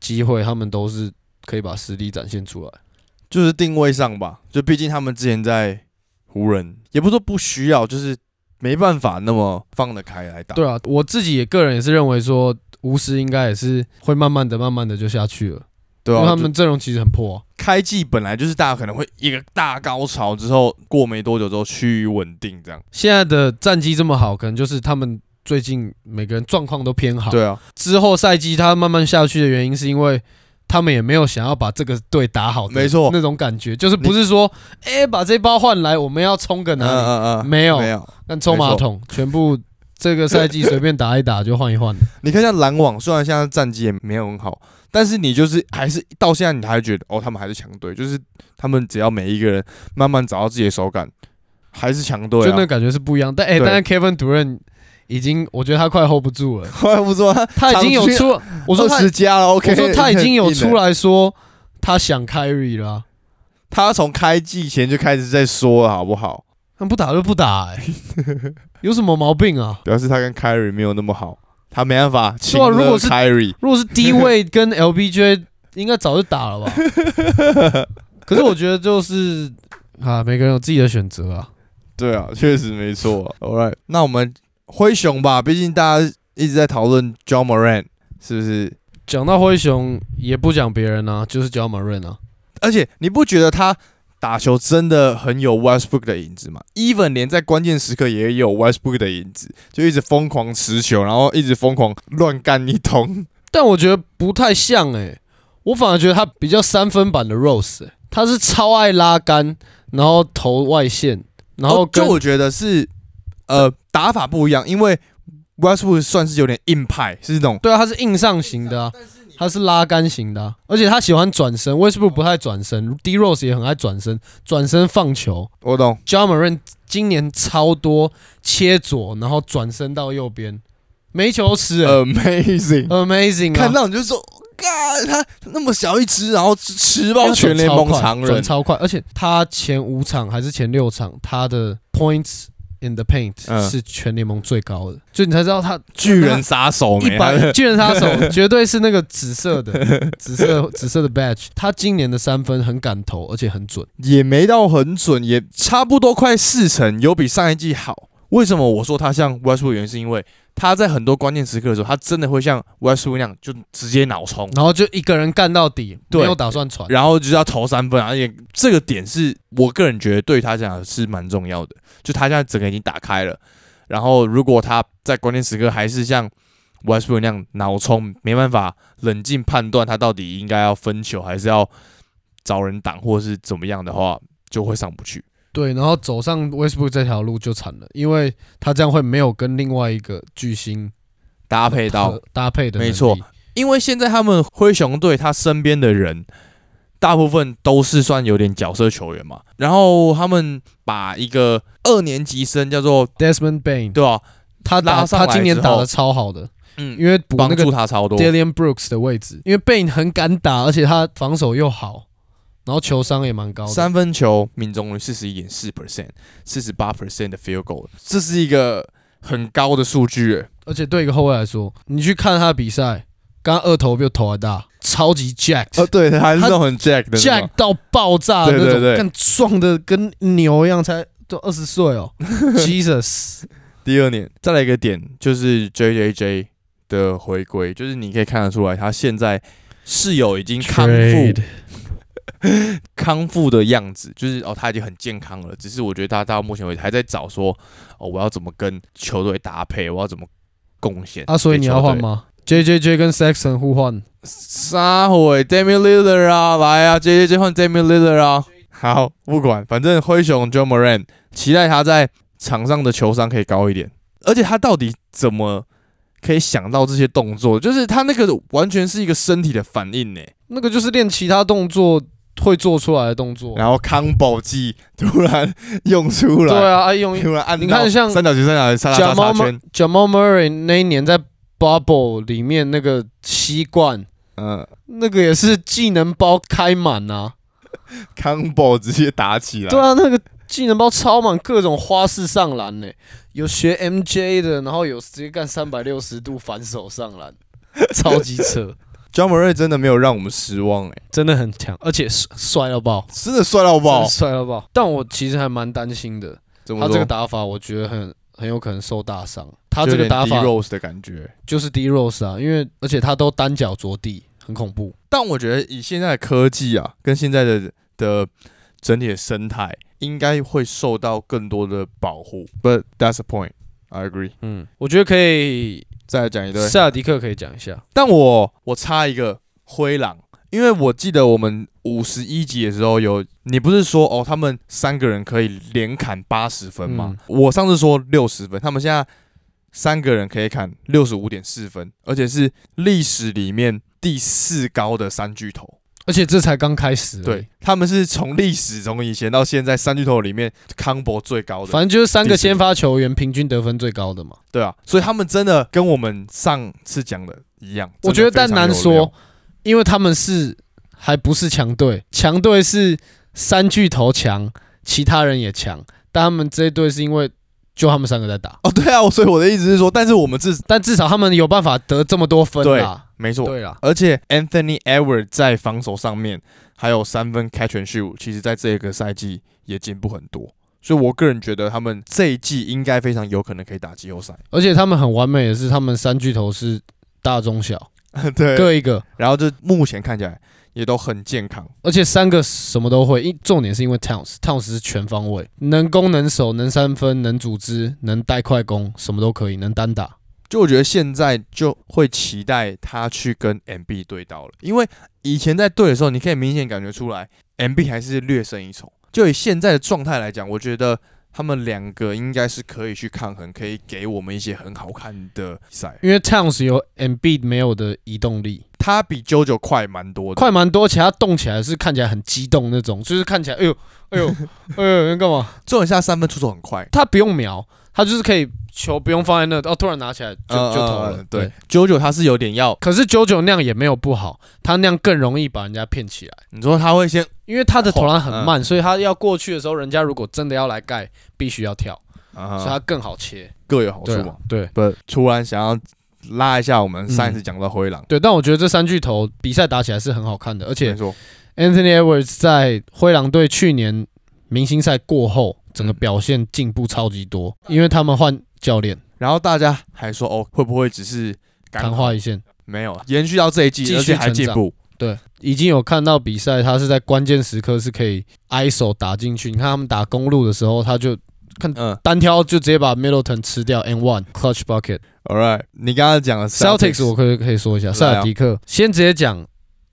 [SPEAKER 1] 机会，他们都是可以把实力展现出来。啊
[SPEAKER 3] 就是定位上吧，就毕竟他们之前在湖人，也不是说不需要，就是没办法那么放得开来打。
[SPEAKER 1] 对啊，我自己也个人也是认为说，巫师应该也是会慢慢的、慢慢的就下去了，
[SPEAKER 3] 对
[SPEAKER 1] 因
[SPEAKER 3] 啊，
[SPEAKER 1] 为他
[SPEAKER 3] 就
[SPEAKER 1] 们阵容其实很破、啊。
[SPEAKER 3] 开季本来就是大家可能会一个大高潮之后，过没多久之后趋于稳定这样。
[SPEAKER 1] 现在的战绩这么好，可能就是他们最近每个人状况都偏好。
[SPEAKER 3] 对啊，
[SPEAKER 1] 之后赛季他慢慢下去的原因，是因为他们也没有想要把这个队打好的
[SPEAKER 3] 没错
[SPEAKER 1] 那种感觉，就是不是说，哎、把这包换来，我们要冲个
[SPEAKER 3] 嗯
[SPEAKER 1] 哪里？
[SPEAKER 3] 嗯嗯，
[SPEAKER 1] 没有，
[SPEAKER 3] 没有。
[SPEAKER 1] 但冲马桶，全部这个赛季随便打一打就换一 换。
[SPEAKER 3] 你看一下篮网，虽然现在战绩也没有很好，但是你就是还是到现在你还觉得哦，他们还是强队，就是他们只要每一个人慢慢找到自己的手感，还是强队、啊。
[SPEAKER 1] 就 那感觉是不一样。但哎、
[SPEAKER 3] 对
[SPEAKER 1] 但是 Kevin 主任已经，我觉得他快 hold 不住了，
[SPEAKER 3] 我也不说，
[SPEAKER 1] 他已经有
[SPEAKER 3] 场均
[SPEAKER 1] 出，我说他
[SPEAKER 3] 20，加了，OK，
[SPEAKER 1] 我说他已经有出
[SPEAKER 3] 来。
[SPEAKER 1] 来说他想 Kyrie 了啊、
[SPEAKER 3] 他从开季前就开始在说了，好不好？
[SPEAKER 1] 那不打就不打、欸，有什么毛病 啊？
[SPEAKER 3] 表示他跟 Kyrie 没有那么好，他没办法亲
[SPEAKER 1] 对啊
[SPEAKER 3] 热
[SPEAKER 1] 如果是
[SPEAKER 3] Kyrie，
[SPEAKER 1] 如果是 D 位跟 LBJ，应该早就打 了吧？可是我觉得就是啊，每个人有自己的选择啊。
[SPEAKER 3] 对啊，确实没错。All right，那我们灰熊吧，毕竟大家一直在讨论 John Moran 是不是？
[SPEAKER 1] 讲到灰熊，也不讲别人啊，就是讲 m a r i n 啊。
[SPEAKER 3] 而且你不觉得他打球真的很有 Westbrook 的影子吗？Even 连在关键时刻也有 Westbrook 的影子，就一直疯狂持球，然后一直疯狂乱干一通。
[SPEAKER 1] 但我觉得不太像诶、我反而觉得他比较三分版的 Rose，、欸、他是超爱拉杆，然后投外线，然后
[SPEAKER 3] 哦就
[SPEAKER 1] 跟、
[SPEAKER 3] 我觉得是呃打法不一样，因为 Westbrook 算是有点硬派，是那种。
[SPEAKER 1] 对啊，他是硬上型的、啊，他是拉杆型的啊、而且他喜欢转身，Westbrook
[SPEAKER 3] 哦
[SPEAKER 1] 不太转身，D Rose 也很爱转身，转身放球。
[SPEAKER 3] 我懂，
[SPEAKER 1] j a m a r a n 今年超多切左，然后转身到右边，没球吃、欸
[SPEAKER 3] amazing，、
[SPEAKER 1] a m a z i n
[SPEAKER 4] 嗯
[SPEAKER 1] g 啊，
[SPEAKER 3] 呃看到你就说，干他那么小一只，然后吃吃爆
[SPEAKER 1] 他
[SPEAKER 3] 全
[SPEAKER 1] 转
[SPEAKER 3] 联
[SPEAKER 1] 超
[SPEAKER 3] 盟
[SPEAKER 1] 快
[SPEAKER 3] 常人
[SPEAKER 1] 转，超快，而且他前五场还是前六场，他的 points in the paint、
[SPEAKER 3] 嗯
[SPEAKER 1] 是全联盟最高的，所以你才知道他
[SPEAKER 3] 巨人杀手
[SPEAKER 1] 一
[SPEAKER 3] 没啊
[SPEAKER 1] 百巨人杀手绝对是那个紫色 的，紫色紫色的 badge。他今年的三分很敢投，而且很准。
[SPEAKER 3] 也没到很准，也差不多快四成，有比上一季好。为什么我说他像 Westbrook 的原因是因为他在很多关键时刻的时候，他真的会像 Westbrook 那样，就直接脑冲，
[SPEAKER 1] 然后就一个人干到底，
[SPEAKER 3] 对
[SPEAKER 1] 没有打算传。
[SPEAKER 3] 然后就是要投三分，而且这个点是我个人觉得对他讲是蛮重要的，就他现在整个已经打开了，然后如果他在关键时刻还是像 Westbrook 那样脑冲，没办法冷静判断他到底应该要分球还是要找人挡或是怎么样的话，就会上不去。
[SPEAKER 1] 对，然后走上 Westbrook 这条路就惨了，因为他这样会没有跟另外一个巨星
[SPEAKER 3] 搭配 到
[SPEAKER 1] 合，搭配的能力。
[SPEAKER 3] 没错因为现在他们灰熊队他身边的人大部分都是算有点角色球员嘛，然后他们把一个二年级生叫做
[SPEAKER 1] Desmond Bain，
[SPEAKER 3] 对吧、
[SPEAKER 1] 他打
[SPEAKER 3] 拉上来
[SPEAKER 1] 他今年
[SPEAKER 3] 之
[SPEAKER 1] 打
[SPEAKER 3] 后
[SPEAKER 1] 的超好的，
[SPEAKER 3] 嗯，因
[SPEAKER 1] 因为补
[SPEAKER 3] 帮
[SPEAKER 1] 那个
[SPEAKER 3] 助他超多。
[SPEAKER 1] Dalian Brooks 的位置，因为贝 a 很敢打，而且他防守又好，然后球商也蛮高的。
[SPEAKER 3] 三分球命中率四十一点四 percent，四十八 percent 的 field goal，这是一个很高的数据耶。
[SPEAKER 1] 而且对一个后卫来说，你去看他的比赛，刚刚二头比我头还大，超级 jacked，、
[SPEAKER 4] 哦
[SPEAKER 2] 呃，对，还是
[SPEAKER 1] 他
[SPEAKER 2] 那种很 jack 的那种
[SPEAKER 1] jack 到爆炸的那
[SPEAKER 2] 对
[SPEAKER 1] 种，
[SPEAKER 2] 对对
[SPEAKER 1] 更壮的跟牛一样，才都二十岁 哦，Jesus，
[SPEAKER 3] 第二年，再来一个点就是 J J J 的回归，就是你可以看得出来，他现在
[SPEAKER 4] 室友已经康复
[SPEAKER 1] Trade
[SPEAKER 4] 康复的样子，就是哦，他已经很健康了。只是我觉得他到目前为止还在找说，哦，我要怎么跟球队搭配，我要怎么贡献
[SPEAKER 1] 啊，所以你要换
[SPEAKER 4] 给球队？
[SPEAKER 1] 吗？J J J 跟 Saxon 互换，
[SPEAKER 4] 撒会 d a m i Lillard 啊，来啊，J J J 换 d a m i Lillard 啊。好，不管，反正灰熊 John Moran 期待他在场上的球商可以高一点，而且他到底怎么可以想到这些动作？就是他那个完全是一个身体的反应呢、
[SPEAKER 1] 那个就是练其他动作会做出来的动作。
[SPEAKER 3] 然后康宝技突然用出来，
[SPEAKER 1] 对啊，爱用
[SPEAKER 3] 突然按到
[SPEAKER 1] 你看像
[SPEAKER 3] 三角形、三角形、三角
[SPEAKER 1] Jamal
[SPEAKER 3] 形叉
[SPEAKER 1] Mur-
[SPEAKER 3] 圈，
[SPEAKER 1] Jamal Murray 那一年在 Bubble 里面那个吸冠，
[SPEAKER 3] 嗯，
[SPEAKER 1] 那个也是技能包开满啊。
[SPEAKER 3] 康宝直接打起来，
[SPEAKER 1] 对啊，那个技能包超满，各种花式上篮呢、有学 MJ 的，然后有直接干三百六十度反手上 篮，超级扯，
[SPEAKER 3] ，John Murray 真的没有让我们失望、欸，哎，
[SPEAKER 1] 真的很强，而且帅帅到爆，
[SPEAKER 3] 真的帅到
[SPEAKER 1] 真
[SPEAKER 3] 爆
[SPEAKER 1] 的，帅到爆。但我其实还蛮担心的，
[SPEAKER 3] 怎么
[SPEAKER 1] 他
[SPEAKER 3] 说
[SPEAKER 1] 这个打法，我觉得很很有可能受大伤。他这
[SPEAKER 3] 就有
[SPEAKER 1] 个
[SPEAKER 3] 点
[SPEAKER 1] 打法
[SPEAKER 3] D-Rose 的感觉。
[SPEAKER 1] 就是 D Rose 啊，因为而且他都单脚着地，很恐怖。
[SPEAKER 3] 但我觉得以现在的科技啊，跟现在的的整体的生态，应该会受到更多的保护。But that's the point. I agree.
[SPEAKER 1] 嗯，我觉得可以，
[SPEAKER 3] 再来讲一堆，
[SPEAKER 1] 塞尔迪克可以讲一下。
[SPEAKER 3] 但我我插一个灰狼，因为我记得我们五十一集的时候有，你不是说哦，他们三个人可以连砍八十分吗？我上次说六十分，他们现在三个人可以砍六十五点四分，而且是历史里面第四高的三巨头。
[SPEAKER 1] 而且这才刚开始，
[SPEAKER 3] 对，，他们是从历史从以前到现在三巨头里面 combo 最高的，
[SPEAKER 1] 反正就是三
[SPEAKER 3] 第
[SPEAKER 1] 个
[SPEAKER 3] 四名
[SPEAKER 1] 先发球员平均得分最高的嘛。
[SPEAKER 3] 对啊，所以他们真的跟我们上次讲的一样，
[SPEAKER 1] 我觉得
[SPEAKER 3] 真的
[SPEAKER 1] 但
[SPEAKER 3] 非常
[SPEAKER 1] 难
[SPEAKER 3] 有料
[SPEAKER 1] 说，，因为他们是还不是强队，强队是三巨头强，其他人也强，但他们这一队是因为就他们三个在打，
[SPEAKER 3] 哦，对啊，所以我的意思是说，但是我们至
[SPEAKER 1] 但至少他们有办法得这么多分
[SPEAKER 3] 对
[SPEAKER 1] 啦。
[SPEAKER 3] 没错，
[SPEAKER 1] 对啦，
[SPEAKER 3] 而且 Anthony Edward 在防守上面还有三分 catch and shoot，其实在这个赛季也进步很多，所以我个人觉得他们这一季应该非常有可能可以打季后赛。
[SPEAKER 1] 而且他们很完美的是，他们三巨头是大中小
[SPEAKER 3] 对，
[SPEAKER 1] 各一个，
[SPEAKER 3] 然后就目前看起来也都很健康，
[SPEAKER 1] 而且三个什么都会，因重点是因为 Towns Towns 是全方位，能攻能守，能三分，能组织，能带快攻，什么都可以，能单打。
[SPEAKER 3] 就我觉得现在就会期待他去跟 MB 对到了，因为以前在对的时候，你可以明显感觉出来 MB 还是略胜一筹。就以现在的状态来讲，我觉得他们两个应该是可以去抗衡，可以给我们一些很好看的比赛。
[SPEAKER 1] 因为 Towns 有 Embiid 没有的移动力，
[SPEAKER 3] 他比 JoJo 快蛮多的，
[SPEAKER 1] 快蛮多，而且他动起来是看起来很激动那种，就是看起来哎呦哎 呦哎呦要干嘛？
[SPEAKER 3] 重点是他三分出手很快，
[SPEAKER 1] 他不用瞄，他就是可以球不用放在那，哦突然拿起来就
[SPEAKER 3] 嗯
[SPEAKER 1] 就投
[SPEAKER 3] 嗯
[SPEAKER 1] 了
[SPEAKER 3] 嗯。对，，JoJo 他是有点要，
[SPEAKER 1] 可是九九那样也没有不好，他那样更容易把人家骗起来。
[SPEAKER 3] 你说他会先
[SPEAKER 1] 因为他的投篮很
[SPEAKER 3] 嗯
[SPEAKER 1] 慢，所以他要过去的时候，人家如果真的要来盖，必须要跳，
[SPEAKER 3] 啊，
[SPEAKER 1] 所以他更好切。
[SPEAKER 3] 各有好
[SPEAKER 1] 对
[SPEAKER 3] 处
[SPEAKER 1] 啊
[SPEAKER 3] 嘛。
[SPEAKER 1] 对
[SPEAKER 3] 不，突然想要拉一下我们
[SPEAKER 1] 嗯
[SPEAKER 3] 上一次讲到灰狼，
[SPEAKER 1] 对，但我觉得这三巨头比赛打起来是很好看的，而
[SPEAKER 3] 没
[SPEAKER 1] 且
[SPEAKER 3] 错，
[SPEAKER 1] Anthony Edwards 在灰狼队去年明星赛过后，整个表现进步超级多，因为他们换教练，
[SPEAKER 3] 然后大家还说哦，会不会只是刚好
[SPEAKER 1] 昙花一现。
[SPEAKER 3] 没有延续到这一
[SPEAKER 1] 继
[SPEAKER 3] 季，
[SPEAKER 1] 续
[SPEAKER 3] 而且还进步。
[SPEAKER 1] 已经有看到比赛，他是在关键时刻是可以 ISO 打进去。你看他们打公路的时候，他就
[SPEAKER 3] 嗯
[SPEAKER 1] 单挑就直接把 Middleton 吃掉，and one clutch bucket。
[SPEAKER 3] ，All right，你刚刚讲的
[SPEAKER 1] Celtics 我可以可以说一下，
[SPEAKER 3] 啊
[SPEAKER 1] 塞尔迪克先直接讲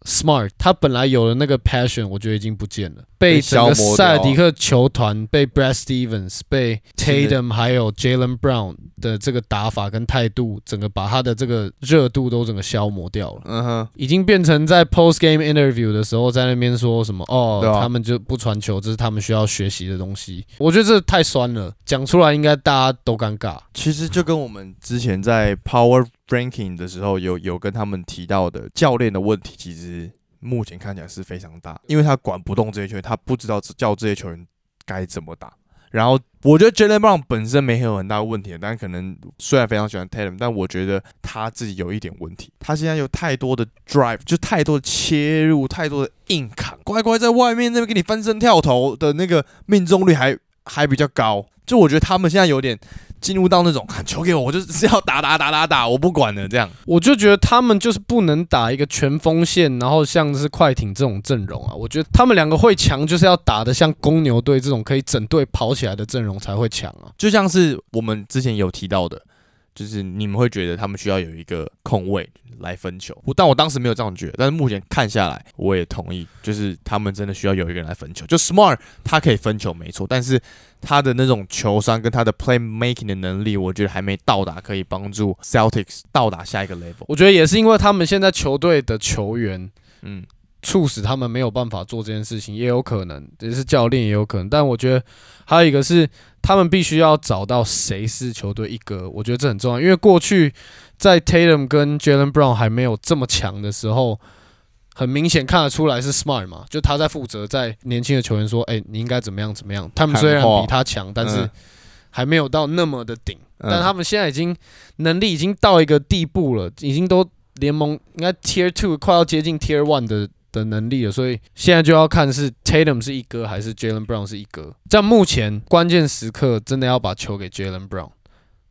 [SPEAKER 1] Smart，他本来有的那个 passion，我觉得已经不见了，被
[SPEAKER 3] 被
[SPEAKER 1] 整个
[SPEAKER 3] 消磨掉
[SPEAKER 1] 塞尔迪克球团、被 Brad Stevens、被
[SPEAKER 3] 是
[SPEAKER 1] Tatum 还有 Jalen Brown 的这个打法跟态度，整个把他的这个热度都整个消磨掉了。
[SPEAKER 3] 嗯哼，
[SPEAKER 1] 已经变成在 post game interview 的时候，在那边说什么哦，
[SPEAKER 3] 对啊
[SPEAKER 1] 他们就不传球，这是他们需要学习的东西。我觉得这太酸了，讲出来应该大家都尴尬。
[SPEAKER 3] 其实就跟我们之前在 Power Ranking 的时候有有跟他们提到的教练的问题，其实目前看起来是非常大，因为他管不动这些球员，他不知道叫这些球员该怎么打。然后我觉得 Jalen Brown 本身没有很大的问题，但可能虽然非常喜欢 Tatum，但我觉得他自己有一点问题。他现在有太多的 drive，就太多的切入，太多的硬扛，乖乖在外面那边给你翻身跳投的那个命中率还还比较高，就我觉得他们现在有点进入到那种，看球给我，我就是要打打打打打，我不管了这样。
[SPEAKER 1] 我就觉得他们就是不能打一个全锋线，然后像是快艇这种阵容啊。我觉得他们两个会强，就是要打的像公牛队这种可以整队跑起来的阵容才会强啊。
[SPEAKER 3] 就像是我们之前有提到的，就是你们会觉得他们需要有一个空位来分球，我但我当时没有这样觉得，但是目前看下来，我也同意，就是他们真的需要有一个人来分球。就 Smart 他可以分球没错，但是他的那种球商跟他的 play making 的能力，我觉得还没到达可以帮助 Celtics 到达下一个 level。
[SPEAKER 1] 我觉得也是因为他们现在球队的球员
[SPEAKER 3] 嗯，
[SPEAKER 1] 促使他们没有办法做这件事情，也有可能，也是教练也有可能。但我觉得还有一个是，他们必须要找到谁是球队一哥，我觉得这很重要。因为过去在 Tatum 跟 Jalen Brown 还没有这么强的时候，很明显看得出来是 Smart 嘛，就他在负责在年轻的球员说，哎、你应该怎么样怎么样。他们虽然
[SPEAKER 3] 喊话
[SPEAKER 1] 比他强，但是
[SPEAKER 2] 嗯
[SPEAKER 1] 还没有到那么的顶。
[SPEAKER 2] 嗯
[SPEAKER 1] 但他们现在已经能力已经到一个地步了，已经都联盟应该 Tier Two 快要接近 Tier One 的的能力了，所以现在就要看是 Tatum 是一哥还是 Jalen Brown 是一哥。在目前关键时刻，真的要把球给 Jalen Brown。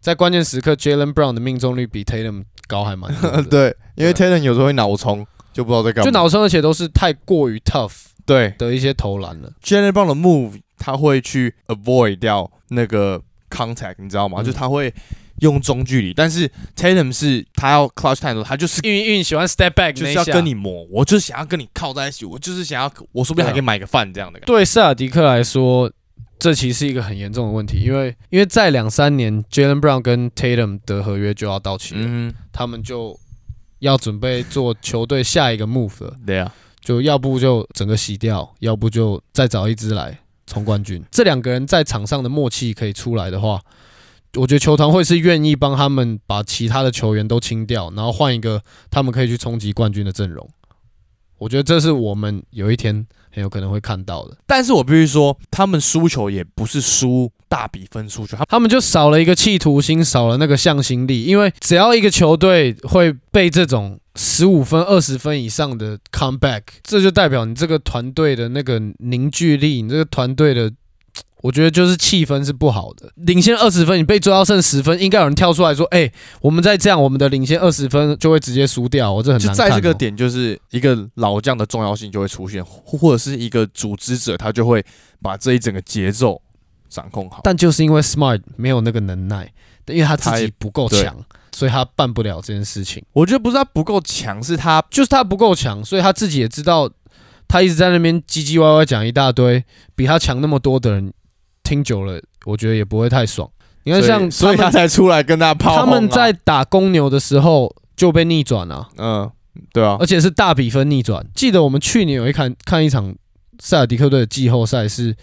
[SPEAKER 1] 在关键时刻，Jalen Brown 的命中率比 Tatum 高还蛮多 的，
[SPEAKER 2] 对，
[SPEAKER 3] 因为 Tatum 有时候会脑冲，啊就不知道在干嘛。
[SPEAKER 1] 就脑伤，而且都是太过于 tough
[SPEAKER 3] 对
[SPEAKER 1] 的一些投篮了。
[SPEAKER 3] Jalen Brown 的 move，他会去 avoid 掉那个 contact，你知道吗？
[SPEAKER 1] 嗯
[SPEAKER 3] 就他会用中距离，但是 Tatum 是他要 clutch time 的时候，他就是
[SPEAKER 1] 因为因为你喜欢 step back，
[SPEAKER 3] 就是
[SPEAKER 1] 那一
[SPEAKER 3] 要
[SPEAKER 1] 下
[SPEAKER 3] 跟你磨，我就是想要跟你靠在一起，我就是想要，我说不定还可以买个饭这样的感觉。
[SPEAKER 1] 对塞尔迪克来说，这其实是一个很严重的问题，因为因为在两三年，Jalen Brown 跟 Tatum 的合约就要到期了，
[SPEAKER 3] 嗯，
[SPEAKER 1] 他们就要准备做球队下一个 move 了，
[SPEAKER 3] 对啊，
[SPEAKER 1] 就要不就整个洗掉，要不就再找一支来冲冠军。这两个人在场上的默契可以出来的话。我觉得球团会是愿意帮他们把其他的球员都清掉，然后换一个他们可以去冲击冠军的阵容。我觉得这是我们有一天很有可能会看到的。
[SPEAKER 3] 但是我必须说，他们输球也不是输大比分输球，他
[SPEAKER 1] 他们就少了一个企图心，少了那个向心力。因为只要一个球队会被这种十五分、二十分以上的 comeback，这就代表你这个团队的那个凝聚力，你这个团队的。我觉得就是气氛是不好的，领先二十分，你被追到剩十分，应该有人跳出来说：“哎、我们再这样，我们的领先二十分就会直接输掉。”我这很
[SPEAKER 3] 就
[SPEAKER 1] 难看、哦
[SPEAKER 3] 在这个，点，就是一个老将的重要性就会出现，或或者是一个组织者，他就会把这一整个节奏掌控好。
[SPEAKER 1] 但就是因为 Smart 没有那个能耐，因为他自
[SPEAKER 3] 他也
[SPEAKER 1] 己不够
[SPEAKER 3] 对
[SPEAKER 1] 强，所以他办不了这件事情。
[SPEAKER 3] 我觉得不是他不够强，是他
[SPEAKER 1] 就是他不够强，所以他自己也知道，他一直在那边唧唧歪歪讲一大堆，比他强那么多的人，听久了，我觉得也不会太爽。你看，像
[SPEAKER 3] 所以所以
[SPEAKER 1] 他
[SPEAKER 3] 他
[SPEAKER 1] 们
[SPEAKER 3] 才出来跟他炮轰啊、
[SPEAKER 1] 他们在打公牛的时候就被逆转了、
[SPEAKER 3] 嗯，对啊
[SPEAKER 1] 而，且是大比分逆转。记得我们去年有一看看一场塞尔迪克队的季后赛，是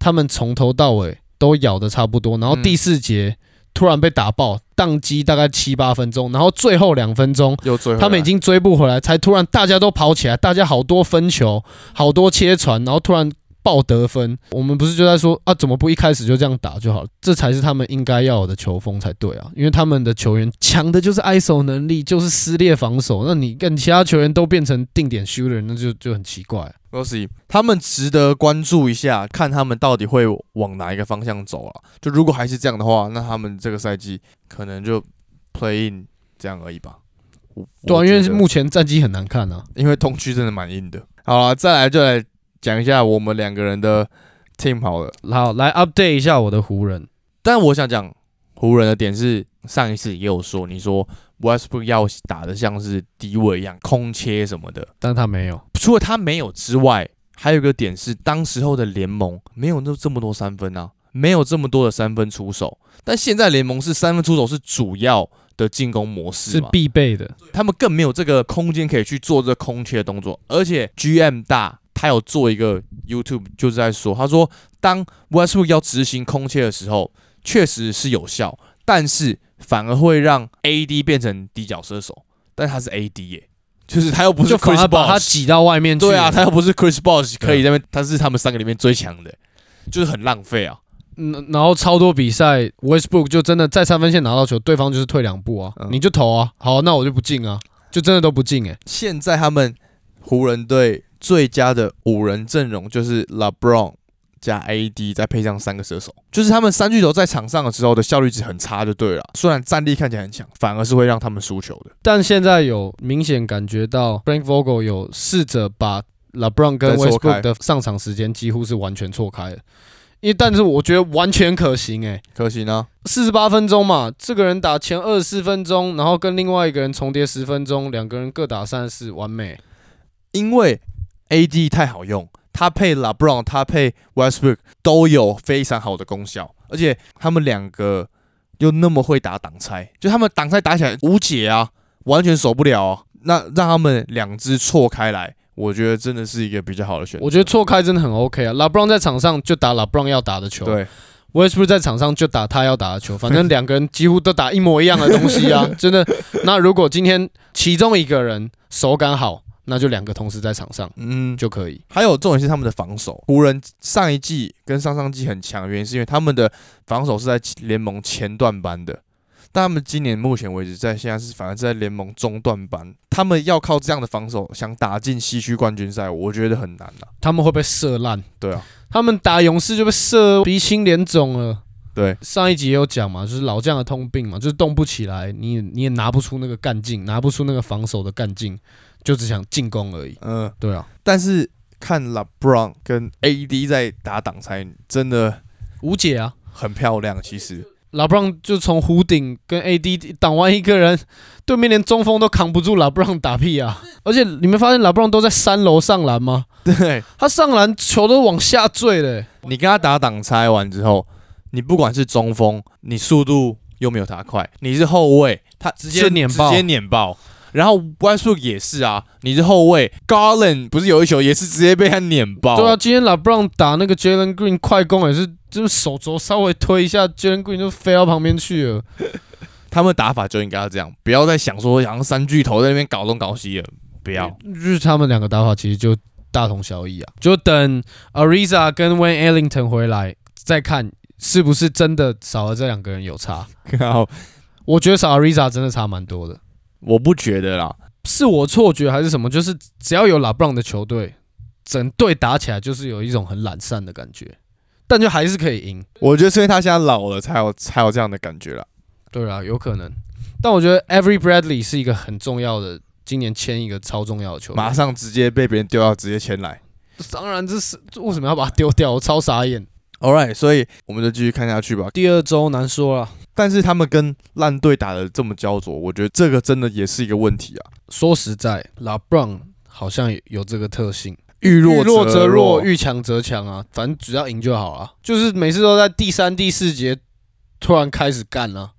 [SPEAKER 1] 他们从头到尾都咬的差不多，然后
[SPEAKER 3] 嗯
[SPEAKER 1] 第四节突然被打爆，宕机大概七八分钟，然后最后两分钟
[SPEAKER 3] 又追回来
[SPEAKER 1] 他们已经追不回来，才突然大家都跑起来，大家好多分球，好多切传，然后突然爆得分。我们不是就在说啊，怎么不一开始就这样打就好了？这才是他们应该要有的球风才对啊，因为他们的球员强的就是 ISO 能力，就是撕裂防守。那你跟其他球员都变成定点 shooter，那就就很奇怪。
[SPEAKER 3] Rossi，他们值得关注一下，看他们到底会往哪一个方向走了。就如果还是这样的话，那他们这个赛季可能就 play in 这样而已吧。我
[SPEAKER 1] 对啊，
[SPEAKER 3] 我
[SPEAKER 1] 因为
[SPEAKER 3] 觉得
[SPEAKER 1] 目前战绩很难看啊。
[SPEAKER 3] 因为东区真的蛮硬的。好了，再来就来讲一下我们两个人的 team 好了。
[SPEAKER 1] 好，来 update 一下我的湖人。
[SPEAKER 3] 但我想讲湖人的点是，上一次也有说，你说 Westbrook 要打的像是低位一样，空切什么的。
[SPEAKER 1] 但他没有，
[SPEAKER 3] 除了他没有之外，还有一个点是，当时候的联盟没有那这么多三分啊，没有这么多的三分出手。但现在联盟是三分出手是主要的进攻模式
[SPEAKER 1] 是
[SPEAKER 3] 嘛，
[SPEAKER 1] 必备的。
[SPEAKER 3] 他们更没有这个空间可以去做这个空切的动作。而且 GM 大他有做一个 YouTube 就是在说，他说当 Westbrook 要执行空切的时候，确实是有效，但是反而会让 AD 变成底角射手，但他是 AD 耶、就是他又不是
[SPEAKER 1] 就反
[SPEAKER 3] Chris
[SPEAKER 1] 而把他
[SPEAKER 3] Bosh
[SPEAKER 1] 挤到外面去。
[SPEAKER 3] 对啊，他又不是 Chris Bosh
[SPEAKER 1] 对啊
[SPEAKER 3] 可以在那边，他是他们三个里面最强的，就是很浪费啊。
[SPEAKER 1] 嗯，然后超多比赛，Westbrook 就真的在三分线拿到球，对方就是退两步啊，
[SPEAKER 3] 嗯
[SPEAKER 1] 你就投啊，好，那我就不进啊，就真的都不进哎、
[SPEAKER 3] 现在他们湖人队最佳的五人阵容就是 LeBron、加 AD，再配上三个射手，就是他们三巨头在场上的时候的效率值很差，就对了。啊虽然战力看起来很强，反而是会让他们输球的。
[SPEAKER 1] 但现在有明显感觉到 Frank Vogel 有试着把 LeBron 跟
[SPEAKER 2] 再错开
[SPEAKER 1] Westbrook 的上场时间几乎是完全错开的，因为但是我觉得完全可行诶、
[SPEAKER 3] 可惜呢，
[SPEAKER 1] 四十八分钟嘛，这个人打前二十四分钟，然后跟另外一个人重叠十分钟，两个人各打三十四，完美。
[SPEAKER 3] 因为 AD 太好用，他配 LeBron，他配 Westbrook 都有非常好的功效，而且他们两个又那么会打挡拆，就他们挡拆打起来无解啊，完全守不了、啊。那让他们两只错开来，我觉得真的是一个比较好的选择。
[SPEAKER 1] 我觉得错开真的很 OK 啊，LeBron 在场上就打 LeBron 要打的球，
[SPEAKER 3] 对，
[SPEAKER 1] Westbrook 在场上就打他要打的球，反正两个人几乎都打一模一样的东西 啊，真的。那如果今天其中一个人手感好，那就两个同时在场上
[SPEAKER 3] 嗯，
[SPEAKER 1] 就可以。
[SPEAKER 3] 还有重点是他们的防守，湖人上一季跟上上季很强，的原因是因为他们的防守是在联盟前段班的，但他们今年目前为止在现在是反而是在联盟中段班，他们要靠这样的防守想打进西区冠军赛，我觉得很难啊。
[SPEAKER 1] 他们会被射烂，
[SPEAKER 3] 对啊，
[SPEAKER 1] 他们打勇士就被射鼻青脸肿了。
[SPEAKER 3] 对，
[SPEAKER 1] 上一集也有讲嘛，就是老将的通病嘛，就是动不起来，你也你也拿不出那个干劲，拿不出那个防守的干劲，就只想进攻而已。
[SPEAKER 3] 嗯、
[SPEAKER 1] 对啊，
[SPEAKER 3] 但是看 LeBron 跟 AD 在打挡拆，真的
[SPEAKER 1] 无解啊。
[SPEAKER 3] 很漂亮，其实。
[SPEAKER 1] 拉布朗就从弧顶跟 AD 挡完一个人，对面连中锋都扛不住拉布朗打屁 啊！而且你们发现拉布朗都在三楼上篮吗？
[SPEAKER 3] 对
[SPEAKER 1] 他上篮球都往下坠嘞、
[SPEAKER 3] 你跟他打挡拆完之后，你不管是中锋，你速度又没有他快，你是后卫，他直
[SPEAKER 1] 接碾爆
[SPEAKER 3] 直接碾爆。然后 Westbrook 也是啊，你是后卫，Garland 不是有一球也是直接被他碾爆。
[SPEAKER 1] 对啊，，今天拉布朗打那个 Jalen Green 快攻也是，就是手肘稍微推一下，Jalen Green 就飞到旁边去了。
[SPEAKER 3] 他们打法就应该要这样，不要再想说好像三巨头在那边搞东搞西了，不要。
[SPEAKER 1] 就是他们两个打法其实就大同小异啊，就等 Ariza 跟 Wayne Ellington 回来再看是不是真的少了这两个人有差。
[SPEAKER 3] 然后
[SPEAKER 1] 我觉得少 Ariza 真的差蛮多的。
[SPEAKER 3] 我不觉得啦，
[SPEAKER 1] 是我错觉还是什么？就是只要有拉布朗的球队，整队打起来就是有一种很懒散的感觉，但就还是可以赢。
[SPEAKER 3] 我觉得是因为他现在老了才有才有这样的感觉啦。
[SPEAKER 1] 对啊，有可能。但我觉得 Every Bradley 是一个很重要的，今年签一个超重要的球员。
[SPEAKER 3] 马上直接被别人丢到直接签来。
[SPEAKER 1] 当然这是这为什么要把它丢掉？我超傻眼。
[SPEAKER 3] All right，所以我们就继续看下去吧。
[SPEAKER 1] 第二周难说了。
[SPEAKER 3] 但是他们跟烂队打的这么焦灼，我觉得这个真的也是一个问题啊。
[SPEAKER 1] 说实在，拉布朗好像有这个特性。
[SPEAKER 3] 遇
[SPEAKER 1] 遇
[SPEAKER 3] 弱
[SPEAKER 1] 弱
[SPEAKER 3] 则
[SPEAKER 1] 则弱，遇强则强啊，反正只要赢就好了。就是每次都在第三、第四节突然开始干 了、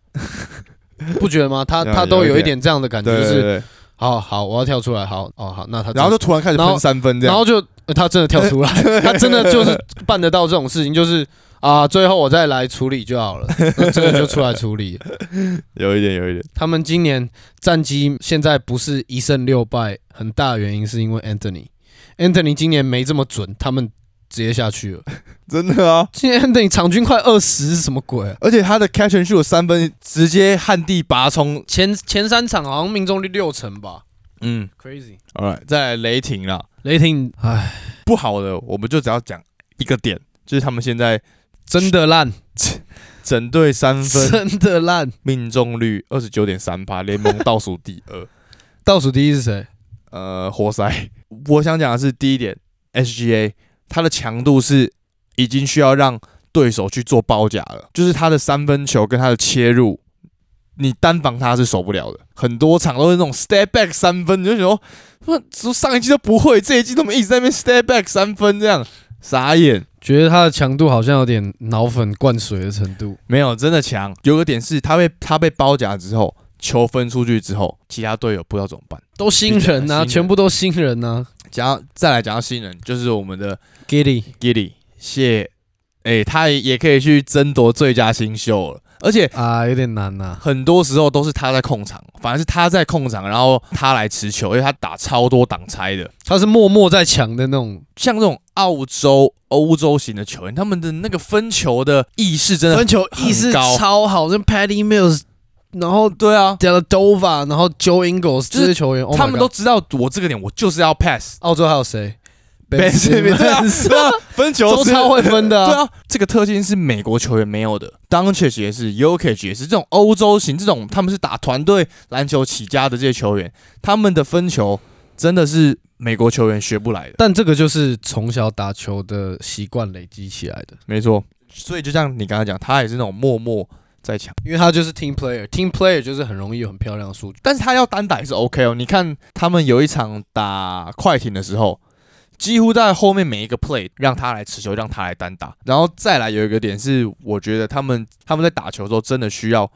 [SPEAKER 1] 不觉得吗？他
[SPEAKER 3] 有
[SPEAKER 1] 他都
[SPEAKER 3] 有一
[SPEAKER 1] 有一
[SPEAKER 3] 点
[SPEAKER 1] 点这样的感觉，
[SPEAKER 3] 对
[SPEAKER 1] 啊就
[SPEAKER 3] 对
[SPEAKER 1] 是
[SPEAKER 3] 对，
[SPEAKER 1] 好好，我要跳出来，好哦好，那他
[SPEAKER 3] 然后就
[SPEAKER 1] 就
[SPEAKER 3] 突然开始
[SPEAKER 1] 然后
[SPEAKER 3] 喷三分这
[SPEAKER 1] 然
[SPEAKER 3] 样
[SPEAKER 1] 后。就、呃他真的跳出来， 他真的就是办得到这种事情，就是啊，最后我再来处理就好了，那真的就出来处理。
[SPEAKER 3] 有一点，有一点，
[SPEAKER 1] 他们今年战绩现在不是一胜六败，很大原因是因为 Anthony。Anthony 今年没这么准，他们直接下去了。
[SPEAKER 3] 真的啊！
[SPEAKER 1] 今天等你场均快二十是什么鬼、啊
[SPEAKER 3] 而且他的 catch and shoot 的三分直接旱地拔葱。
[SPEAKER 1] 前前三场好像命中率六成吧
[SPEAKER 3] 嗯
[SPEAKER 1] ，crazy。
[SPEAKER 3] ，All right，再来雷霆啦，
[SPEAKER 1] 雷霆，唉，
[SPEAKER 3] 不好的我们就只要讲一个点，就是他们现在
[SPEAKER 1] 真的烂，
[SPEAKER 3] 整队三分
[SPEAKER 1] 真的烂。
[SPEAKER 3] 命中率二十九点三八，联盟倒数第二。
[SPEAKER 1] 倒数第一是谁？
[SPEAKER 3] 呃，活塞。我想讲的是，第一点，SGA 它的强度是已经需要让对手去做包夹了，就是他的三分球跟他的切入，你单防他是守不了的。很多场都是那种 step back 三分，你就想说，那说上一季都不会，这一季他们一直在那边 step back 三分，这样傻眼。
[SPEAKER 1] 觉得他的强度好像有点脑粉灌水的程度。
[SPEAKER 3] 没有，真的强。有个点是，他被他被包夹之后，球分出去之后，其他队友不知道怎么办。
[SPEAKER 1] 都啊新人
[SPEAKER 3] 新
[SPEAKER 1] 呐、
[SPEAKER 3] 人
[SPEAKER 1] 全部都新人啊呐、
[SPEAKER 3] 讲到再来讲到新人，就是我们的
[SPEAKER 1] Giddy，
[SPEAKER 3] Giddy 谢，哎、他也可以去争夺最佳新秀了，而且
[SPEAKER 1] 啊，有点难呐、
[SPEAKER 3] 很多时候都是他在控场，反而是他在控场，然后他来持球，因为他打超多挡拆的。
[SPEAKER 1] 他是默默在抢的那种，
[SPEAKER 3] 像这种澳洲、欧洲型的球员，他们的那个分球的意识真的，
[SPEAKER 1] 球
[SPEAKER 3] 意识
[SPEAKER 1] 超好，像 Patty Mills，然后
[SPEAKER 3] 对啊，
[SPEAKER 1] Deladova，然后 Joe Ingles
[SPEAKER 3] 这些
[SPEAKER 1] 球员，Oh
[SPEAKER 3] 他们都知道我这个点，我就是要 pass。
[SPEAKER 1] 澳洲还有谁 Ben
[SPEAKER 2] Simmons，对 啊
[SPEAKER 1] Simmons
[SPEAKER 2] 对啊分球
[SPEAKER 1] 都
[SPEAKER 2] 是
[SPEAKER 1] 超会分的
[SPEAKER 2] 对
[SPEAKER 1] 啊。
[SPEAKER 2] 啊，这个特性是美国球员没有的 d o n c h 也是 y o k i c 也是这种欧洲型，这种他们是打团队篮球起家的这些球员，他们的分球真的是美国球员学不来的。
[SPEAKER 1] 但这个就是从小打球的习惯累积起来的，
[SPEAKER 2] 没错，所以就像你刚才讲，他也是那种默默在抢，
[SPEAKER 1] 因为他就是 team player，team player 就是很容易有很漂亮的数据。
[SPEAKER 2] 但是他要单打也是 OK 哦。你看他们有一场打快艇的时候。几乎在后面每一个 play 让他来持球，让他来单打，然后再来有一个点是，我觉得他们他们在打球的时候真的需要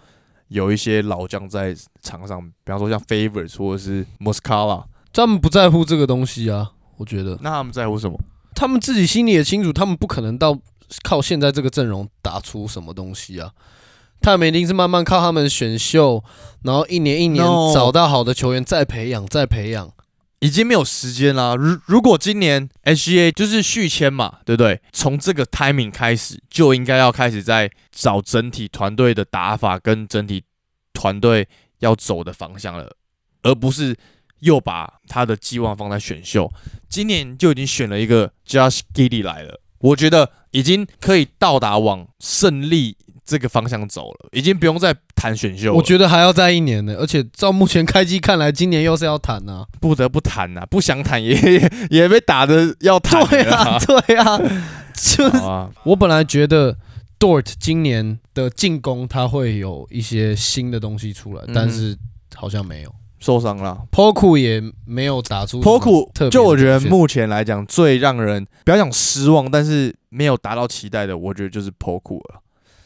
[SPEAKER 2] 有一些老将在场上，比方说像 Favors 或者是 Muscala，
[SPEAKER 1] 他们不在乎这个东西啊，我觉得
[SPEAKER 2] 那他们在乎什么？
[SPEAKER 1] 他们自己心里也清楚，他们不可能到靠现在这个阵容打出什么东西啊。他们一定是慢慢靠他们选秀，然后一年一年
[SPEAKER 2] No
[SPEAKER 1] 找到好的球员再培养，再培养。
[SPEAKER 2] 已经没有时间啦。如如果今年 SGA 就是续签嘛，对不对？从这个 timing 开始，就应该要开始在找整体团队的打法跟整体团队要走的方向了，而不是又把他的寄望放在选秀。今年就已经选了一个 Josh Giddy 来了，我觉得已经可以到达往胜利这个方向走了，已经不用再谈选秀了。
[SPEAKER 1] 我觉得还要再一年呢，而且照目前开机看来，今年又是要谈 啊。
[SPEAKER 2] 不得不谈呐、不想谈也 也也被打的要谈了。
[SPEAKER 1] 对啊，对啊，就是
[SPEAKER 2] 好啊，
[SPEAKER 1] 我本来觉得 Dort 今年的进攻他会有一些新的东西出来，
[SPEAKER 2] 嗯
[SPEAKER 1] 但是好像没有。
[SPEAKER 2] 受伤了。
[SPEAKER 1] Poku 也没有打出什么
[SPEAKER 2] Poku
[SPEAKER 1] 特别的
[SPEAKER 2] 就我觉得
[SPEAKER 1] 表现
[SPEAKER 2] 目前来讲最让人不要讲失望，但是没有达到期待的，我觉得就是 Poku 了。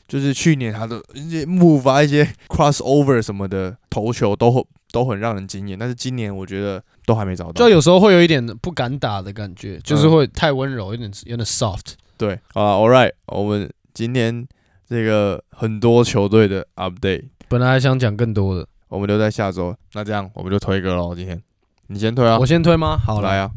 [SPEAKER 2] 就是去年他的一些 move 啊，一些 crossover 什么的投球都很都很让人惊艳，但是今年我觉得都还没找到
[SPEAKER 1] 就。有时候会有一点不敢打的感觉，就是会太温柔，有点有点 soft。
[SPEAKER 2] 对啊，All right，我们今天这个很多球队的 update，
[SPEAKER 1] 本来还想讲更多的，
[SPEAKER 2] 我们留在下周。那这样我们就推歌喽，今天你先推啊，
[SPEAKER 1] 我先推吗？好
[SPEAKER 2] 来
[SPEAKER 1] 来，
[SPEAKER 2] 啊，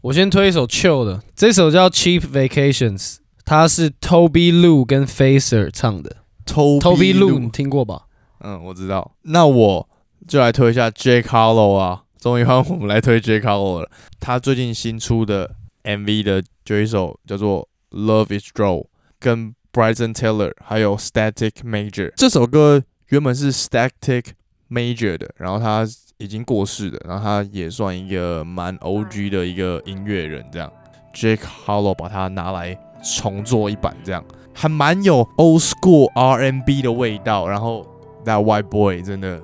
[SPEAKER 1] 我先推一首 chill 的，这首叫 Cheap Vacations，它是 Toby Lu 跟 Facer 唱的。
[SPEAKER 2] Toby
[SPEAKER 1] Toby Lu
[SPEAKER 2] Lu
[SPEAKER 1] 你听过吧？
[SPEAKER 2] 嗯，我知道。那我就来推一下 J. Carlo 啊，终于换我们来推 J. Carlo 了。他最近新出的 MV 的就有一首叫做《Love Is Draw》，跟 Bryson Taylor 还有 Static Major 这首歌原本是 Static Major 的，然后他已经过世了，然后他也算一个蛮 OG 的一个音乐人这样。J. Carlo 把它拿来重做一版这样。还蛮有 old school R&B 的味道，然后 That White Boy 真的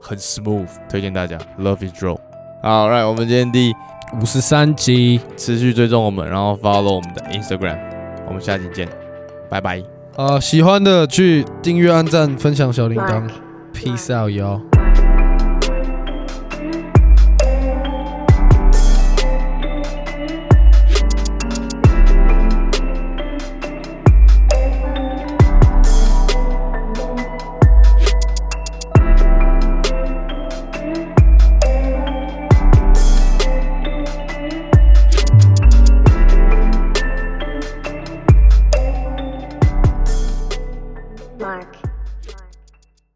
[SPEAKER 2] 很 smooth，推荐大家 Love Is Draw。好，Right，我们今天第
[SPEAKER 1] 五十三集，
[SPEAKER 2] 持续追踪我们，然后 follow 我们的 Instagram，我们下期见，拜拜。
[SPEAKER 1] 啊，喜欢的去订阅、按赞、分享小铃铛，Peace out，y'all。